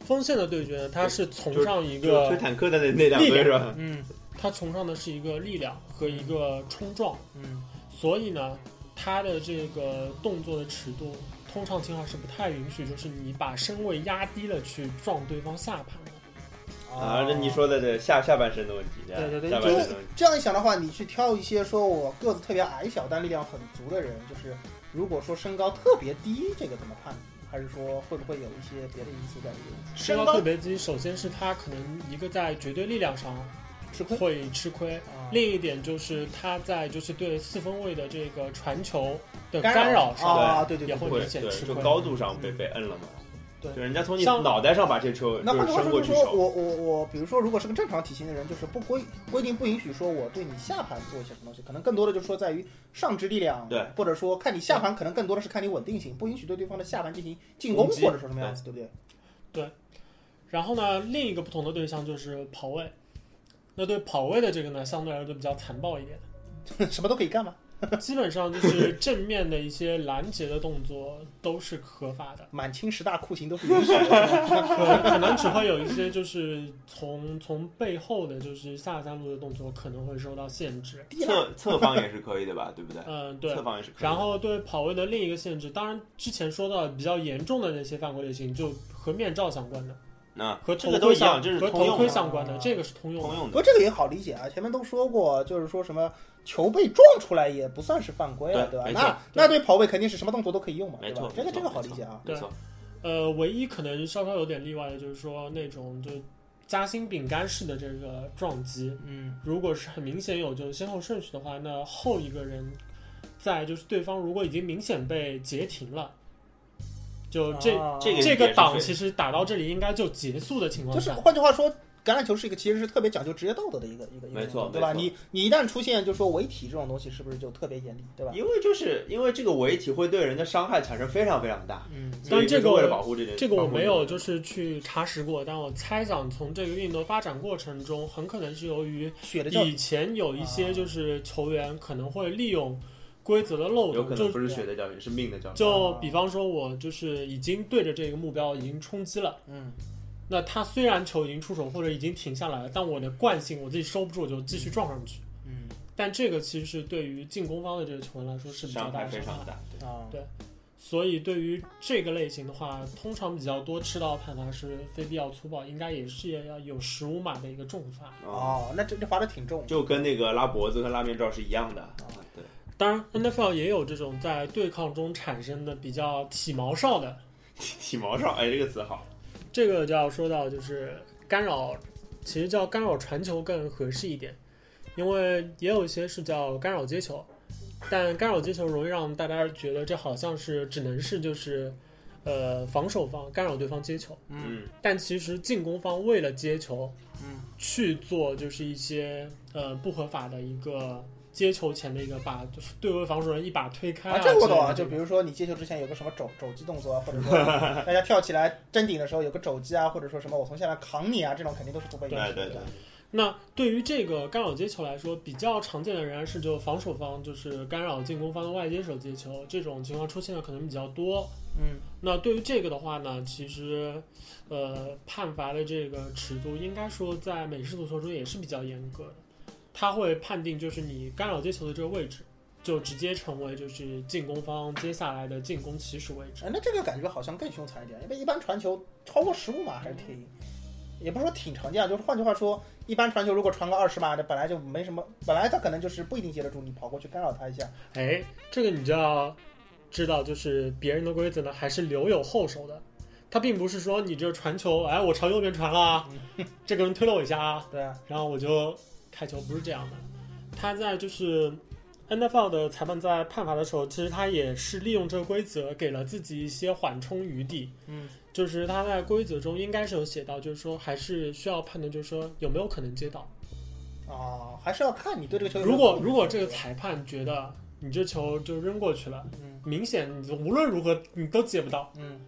Speaker 1: 锋线的对决呢，它是崇尚一
Speaker 2: 就是
Speaker 1: 个
Speaker 2: 推坦克的那那两
Speaker 1: 力
Speaker 2: 队
Speaker 1: 量
Speaker 2: 是吧？
Speaker 3: 嗯
Speaker 1: 它崇尚的是一个力量和一个冲撞。
Speaker 3: 嗯，
Speaker 1: 所以呢，他的这个动作的尺度，通常情况是不太允许，就是你把身位压低了去撞对方下盘的。
Speaker 2: 啊，这你
Speaker 3: 哦
Speaker 2: 说的这下下半身的问题，吧
Speaker 1: 对对对
Speaker 2: 下半
Speaker 3: 就
Speaker 2: 身
Speaker 3: 是
Speaker 2: 的问题。
Speaker 3: 这样一想的话，你去挑一些说我个子特别矮小但力量很足的人，就是如果说身高特别低，这个怎么判？还是说会不会有一些别的因素在里面？
Speaker 1: 身
Speaker 2: 身
Speaker 1: 高特
Speaker 2: 高
Speaker 1: 别低，首先是他可能一个在绝对力量上
Speaker 3: 吃亏
Speaker 1: 会吃亏。
Speaker 3: 啊。
Speaker 1: 另一点就是他在就是对四分卫的这个传球的
Speaker 3: 干
Speaker 1: 干
Speaker 3: 扰
Speaker 1: 扰上，
Speaker 3: 啊，对对
Speaker 1: 也
Speaker 3: 对
Speaker 1: 会
Speaker 2: 对
Speaker 1: 明显
Speaker 2: 对，
Speaker 1: 吃
Speaker 2: 就
Speaker 1: 亏
Speaker 2: 高度上被
Speaker 3: 嗯
Speaker 2: 被摁了嘛。
Speaker 3: 对
Speaker 2: 就人家从你
Speaker 1: 像
Speaker 2: 脑袋上把这球
Speaker 3: 那
Speaker 2: 就
Speaker 3: 换
Speaker 2: 是伸
Speaker 3: 句话说，
Speaker 2: 过
Speaker 3: 就是
Speaker 2: 去
Speaker 3: 说
Speaker 2: 手，
Speaker 3: 我我我，比如说，如果是个正常体型的人，就是不规规定不允许说我对你下盘做一些什么东西，可能更多的就是说在于上肢力量，
Speaker 2: 对，
Speaker 3: 或者说看你下盘，可能更多的是看你稳定性，不允许对对方的下盘进行进攻
Speaker 2: 攻击
Speaker 3: 或者说什么样子，对不对？
Speaker 1: 然后呢，另一个不同的对象就是跑位。那对跑位的这个呢，相对来说就比较残暴一点，
Speaker 3: 什么都可以干嘛，
Speaker 1: 基本上就是正面的一些拦截的动作都是合法的，
Speaker 3: 满清十大酷刑都是允许的。
Speaker 1: 可可能只会有一些就是从从背后的就是下三路的动作可能会受到限制。
Speaker 3: 低了，
Speaker 2: 侧侧方也是可以的吧，对不对？
Speaker 1: 嗯，对
Speaker 2: 侧。方也是可以的。
Speaker 1: 然后对跑位的另一个限制，当然之前说到比较严重的那些犯规类型，就和面罩相关的，
Speaker 2: 那
Speaker 1: 和
Speaker 2: 这
Speaker 1: 头
Speaker 2: 个都
Speaker 1: 盔
Speaker 2: 一样，
Speaker 1: 相
Speaker 2: 这是
Speaker 1: 和
Speaker 2: 通
Speaker 1: 头
Speaker 2: 用
Speaker 1: 盔
Speaker 2: 的，
Speaker 1: 相关的，
Speaker 3: 啊
Speaker 1: 这个是通用
Speaker 2: 通
Speaker 1: 的。
Speaker 2: 用
Speaker 3: 不
Speaker 2: 的。
Speaker 3: 过这个也好理解啊，前面都说过，就是说什么球被撞出来也不算是犯规啊，
Speaker 2: 对
Speaker 3: 对吧？
Speaker 2: 没错
Speaker 3: 那那对跑位肯定是什么动作都可以用嘛，
Speaker 2: 没
Speaker 3: 对
Speaker 2: 错
Speaker 3: 吧？这个
Speaker 2: 没错
Speaker 3: 这个好
Speaker 2: 没
Speaker 3: 理
Speaker 2: 错
Speaker 3: 解啊，
Speaker 2: 没错，
Speaker 1: 呃，唯一可能稍稍有点例外的就是说那种就夹心饼干式的这个撞击，
Speaker 3: 嗯，
Speaker 1: 如果是很明显有就是先后顺序的话，那后一个人在就是对方如果已经明显被截停了，就这、
Speaker 3: 啊
Speaker 2: 这个
Speaker 1: 这
Speaker 2: 也
Speaker 1: 个
Speaker 2: 是
Speaker 1: 档
Speaker 2: 对
Speaker 1: 其实打到这里应该就结束的情况
Speaker 3: 就是
Speaker 1: 下，
Speaker 3: 换句话说，橄榄球是一个其实是特别讲究职业道德的一个一个一个
Speaker 2: 没错
Speaker 3: 运动对吧？
Speaker 2: 没错
Speaker 3: 你你一旦出现就说违体这种东西，是不是就特别严厉，对吧？
Speaker 2: 因为就是因为这个围体会对人的伤害产生非常非常大，
Speaker 3: 嗯，
Speaker 1: 但
Speaker 2: 所
Speaker 1: 是
Speaker 2: 以
Speaker 1: 这
Speaker 2: 就是
Speaker 1: 个
Speaker 2: 为了保护这件
Speaker 1: 这个我没有就是是去查实过，但我猜想从这个运动发展过程中，很可能是由于
Speaker 3: 血的教育
Speaker 1: 以前有一
Speaker 2: 啊
Speaker 1: 些就是球员可能会利用规则的漏
Speaker 2: 有可
Speaker 1: 洞，
Speaker 2: 能
Speaker 1: 就
Speaker 2: 不是啊血的教训，是命的教训。
Speaker 1: 就比方说我就是已经对着这个目标已经冲击了，
Speaker 3: 嗯，
Speaker 1: 那他虽然球已经出手或者已经停下来了，但我的惯性我自己收不住，我就继续撞上去。
Speaker 3: 嗯
Speaker 1: 但这个其实是对于进攻方的这个球员来说是比较
Speaker 2: 伤
Speaker 1: 大
Speaker 2: 害
Speaker 1: 的
Speaker 2: 非
Speaker 1: 伤
Speaker 2: 常
Speaker 1: 害。
Speaker 2: 大，
Speaker 3: 啊，
Speaker 1: 对所以对于这个类型的话，通常比较多吃到判罚是非必要粗暴，应该也是要有十五码的一个重罚。
Speaker 2: 对啊，
Speaker 3: 哦，那这这罚的挺重，
Speaker 2: 就跟那个拉脖子跟拉面罩是一样
Speaker 1: 啊
Speaker 2: 的。对，
Speaker 1: 当然，NFL 也有这种在对抗中产生的比较体毛哨的，
Speaker 2: 体毛上，哎，这个词好。
Speaker 1: 这个就要说到就是干扰，其实叫干扰传球更合适一点，因为也有一些是叫干扰接球，但干扰接球容易让大家觉得这好像是只能是就是，呃，防守方干扰对方接球，
Speaker 3: 嗯
Speaker 2: 嗯，
Speaker 1: 但其实进攻方为了接球，
Speaker 3: 嗯
Speaker 1: 去做就是一些呃不合法的一个接球前的一个把就是对位防守人一把推开
Speaker 3: 啊，这个我懂啊，
Speaker 1: 之
Speaker 3: 就
Speaker 1: 类
Speaker 3: 比
Speaker 1: 的
Speaker 3: 如说你接球之前有个什么肘肘击动作啊，或者说大家跳起来争顶的时候有个肘击啊，或者说什么我从下面扛你啊，这种肯定都是不被允
Speaker 2: 对
Speaker 3: 许
Speaker 2: 哎对
Speaker 3: 的
Speaker 2: 对。，
Speaker 1: 那对于这个干扰接球来说，比较常见的仍然是就防守方就是干扰进攻方的外接手接球这种情况出现的可能比较多。
Speaker 3: 嗯，
Speaker 1: 那对于这个的话呢，其实，呃，判罚的这个尺度应该说在美式足球中也是比较严格的，他会判定就是你干扰接球的这个位置，就直接成为就是进攻方接下来的进攻起始位置。
Speaker 3: 哎，那这个感觉好像更凶残一点，因为一般传球超过十五码还是挺，也不是说挺常见，啊就是换句话说，一般传球如果传个二十码的，本来就没什么，本来他可能就是不一定接得住，你跑过去干扰他一下，
Speaker 1: 哎，这个你就要知道，就是别人的规则呢，还是留有后手的。他并不是说你这传球，哎，我朝右边传了啊，这个人推了我一下啊，
Speaker 3: 对啊，
Speaker 1: 然后我就开球，不是这样的。他在就是 NFL 的裁判在判罚的时候，其实他也是利用这个规则给了自己一些缓冲余地。
Speaker 3: 嗯，
Speaker 1: 就是他在规则中应该是有写到，就是说还是需要判断，就是说有没有可能接到。
Speaker 3: 哦，还是要看你对这个球有没
Speaker 1: 如
Speaker 3: 有
Speaker 1: 果
Speaker 3: 控制
Speaker 1: 如果这个裁判觉得你这球就扔过去了，
Speaker 3: 嗯
Speaker 1: 明显你无论如何你都接不到，
Speaker 3: 嗯，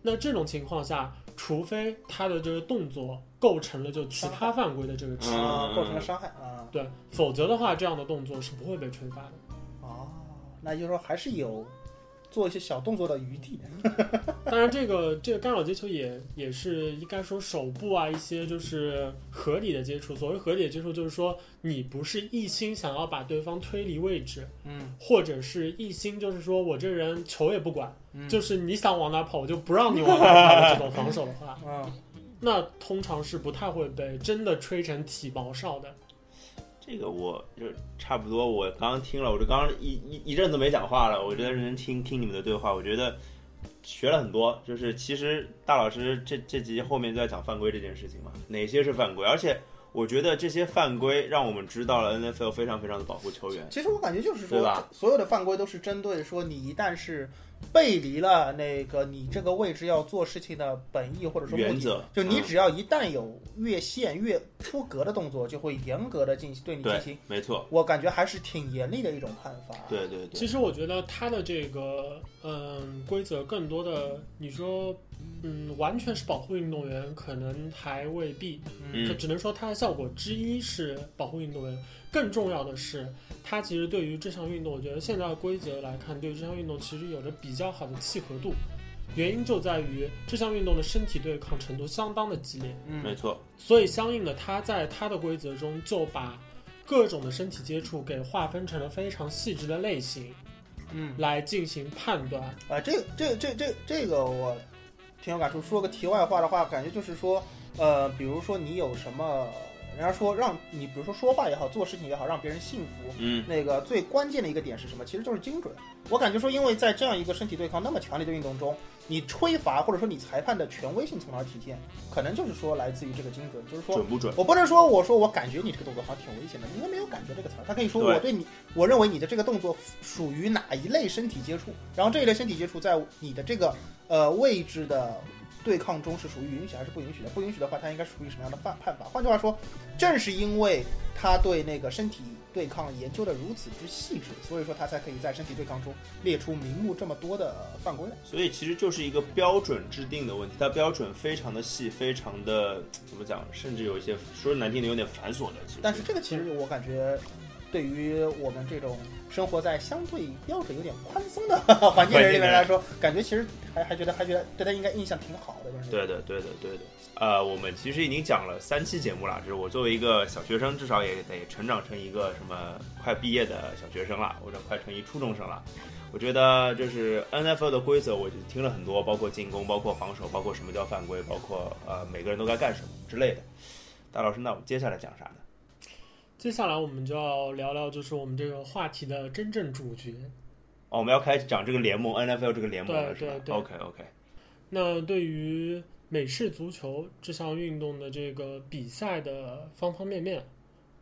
Speaker 1: 那这种情况下，除非他的这个动作构成了就其他犯规的这个尺
Speaker 2: 嗯
Speaker 1: 度，
Speaker 3: 啊，构成了伤害啊，
Speaker 1: 对，否则的话，这样的动作是不会被吹罚的。
Speaker 3: 哦，那就是说还是有做一些小动作的余地的，
Speaker 1: 当然，这个这个干扰接球也也是应该说手部啊一些就是合理的接触。所谓合理的接触，就是说你不是一心想要把对方推离位置，
Speaker 3: 嗯，
Speaker 1: 或者是一心就是说我这人球也不管，
Speaker 3: 嗯
Speaker 1: 就是你想往哪跑我就不让你往哪跑的这种防守的话，
Speaker 3: 啊，
Speaker 1: 那通常是不太会被真的吹成体毛哨的。
Speaker 2: 这个我就差不多，我刚刚听了，我这刚刚一一一阵子没讲话了，我觉得认真听听你们的对话，我觉得学了很多。就是其实大老师这这集后面就在讲犯规这件事情嘛，哪些是犯规，而且我觉得这些犯规让我们知道了 NFL 非常非常的保护球员。
Speaker 3: 其实我感觉就是
Speaker 2: 对
Speaker 3: 说
Speaker 2: 嗯吧，
Speaker 3: 所有的犯规都是针对说你一旦是背离了那个你这个位置要做事情的本意或者说目
Speaker 2: 原
Speaker 3: 的，
Speaker 2: 则
Speaker 3: 就你
Speaker 2: 嗯
Speaker 3: 只要一旦有越线、越出格的动作，就会严格的进行对你进行
Speaker 2: 嗯对，。没错，
Speaker 3: 我感觉还是挺严厉的一种判罚。
Speaker 2: 对对对，
Speaker 1: 其实我觉得它的这个嗯规则更多的，你说嗯完全是保护运动员，可能还未必，
Speaker 3: 嗯，
Speaker 1: 就
Speaker 2: 嗯
Speaker 1: 只能说它的效果之一是保护运动员，更重要的是它其实对于这项运动，我觉得现在的规则来看，对于这项运动其实有着比较好的契合度。原因就在于这项运动的身体对抗程度相当的激烈，
Speaker 2: 没
Speaker 3: 嗯，
Speaker 2: 错，
Speaker 1: 所以相应的，它在它的规则中就把各种的身体接触给划分成了非常细致的类型。
Speaker 3: 嗯，
Speaker 1: 来进行判断。
Speaker 3: 啊，这这这这这个我挺有感触。说个题外话的话，感觉就是说，呃，比如说你有什么，人家说让你，比如说说话也好，做事情也好，让别人信服，
Speaker 2: 嗯，
Speaker 3: 那个最关键的一个点是什么？其实就是精准。我感觉说，因为在这样一个身体对抗那么强烈的运动中，你吹罚或者说你裁判的权威性从哪儿体现？可能就是说来自于这个精准，就是说
Speaker 2: 准不准？
Speaker 3: 我不能说我说我感觉你这个动作好像挺危险的，因为没有感觉这个词儿，他可以说
Speaker 2: 对
Speaker 3: 我对你，我认为你的这个动作属于哪一类身体接触，然后这一类身体接触在你的这个呃位置的对抗中是属于允许还是不允许的？不允许的话，它应该属于什么样的判判罚？换句话说，正是因为他对那个身体对抗研究的如此之细致，所以说他才可以在身体对抗中列出明目这么多的犯规来。啊
Speaker 2: 所以其实就是一个标准制定的问题，它标准非常的细，非常的怎么讲，甚至有一些说难听的有点繁琐的。其实，
Speaker 3: 但是这个其实我感觉，对于我们这种生活在相对标准有点宽松的 环境里面来说，感觉其实还还觉得还觉得对他应该印象挺好的，就是
Speaker 2: 对的，对的，对的。呃，我们其实已经讲了三期节目了，就是我作为一个小学生，至少也得成长成一个什么快毕业的小学生了，或者快成一初中生了。我觉得就是 NFL 的规则，我就听了很多，包括进攻，包括防守，包括什么叫犯规，包括呃每个人都该干什么之类的。大老师，那我们接下来讲啥呢？
Speaker 1: 接下来我们就要聊聊，就是我们这个话题的真正主角。
Speaker 2: 哦，我们要开始讲这个联盟 NFL 这个联盟了，
Speaker 1: 对
Speaker 2: 是吧
Speaker 1: 对对
Speaker 2: ？OK OK，
Speaker 1: 那对于美式足球这项运动的这个比赛的方方面面，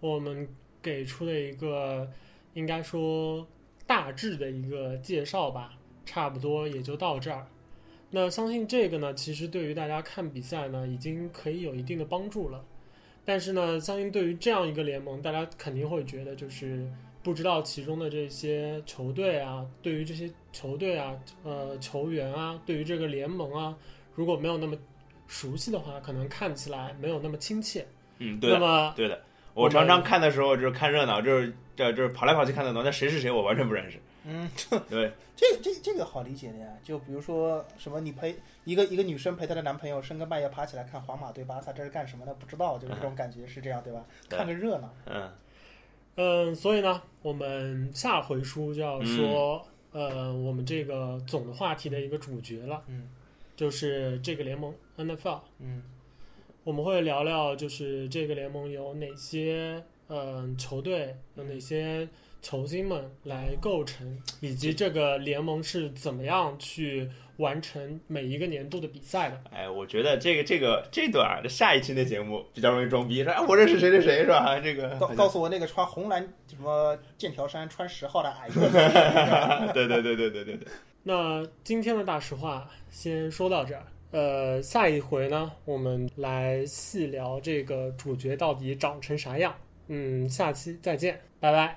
Speaker 1: 我们给出了一个应该说大致的一个介绍吧，差不多也就到这儿。那相信这个呢，其实对于大家看比赛呢，已经可以有一定的帮助了。但是呢，相信对于这样一个联盟，大家肯定会觉得就是不知道其中的这些球队啊，对于这些球队啊，呃，球员啊，对于这个联盟啊，如果没有那么熟悉的话，可能看起来没有那么亲切。
Speaker 2: 嗯，对
Speaker 1: 那
Speaker 2: 的，
Speaker 1: 么，
Speaker 2: 对的。
Speaker 1: 我
Speaker 2: 我
Speaker 1: 们
Speaker 2: 常常看的时候就是看热闹，就是这就是跑来跑去看热闹，但谁是谁我完全不认识。
Speaker 3: 嗯，
Speaker 2: 对，
Speaker 3: 这这这个好理解的呀。就比如说什么，你陪一个一个女生陪她的男朋友深更半夜爬起来看皇马对巴萨，这是干什么呢？不知道，就是这种感觉是这样对吧？
Speaker 2: 对
Speaker 3: 看个热闹。
Speaker 2: 嗯，
Speaker 1: 嗯，所以呢，我们下回书就要说，呃，我们这个总的话题的一个主角了，
Speaker 3: 嗯
Speaker 1: 就是这个联盟 NFL。
Speaker 3: 嗯
Speaker 1: 我们会聊聊，就是这个联盟有哪些嗯、呃球队，有哪些球星们来构成，以及这个联盟是怎么样去完成每一个年度的比赛的。
Speaker 2: 哎，我觉得这个这个这段儿下一期的节目比较容易装逼，说哎我认识谁谁谁是吧？这个
Speaker 3: 告告诉我那个穿红蓝什么剑条衫穿十号的矮子。
Speaker 2: 对对对对对对对，
Speaker 1: 那今天的大实话先说到这儿。呃，下一回呢，我们来细聊这个主角到底长成啥样。嗯，下期再见，拜拜。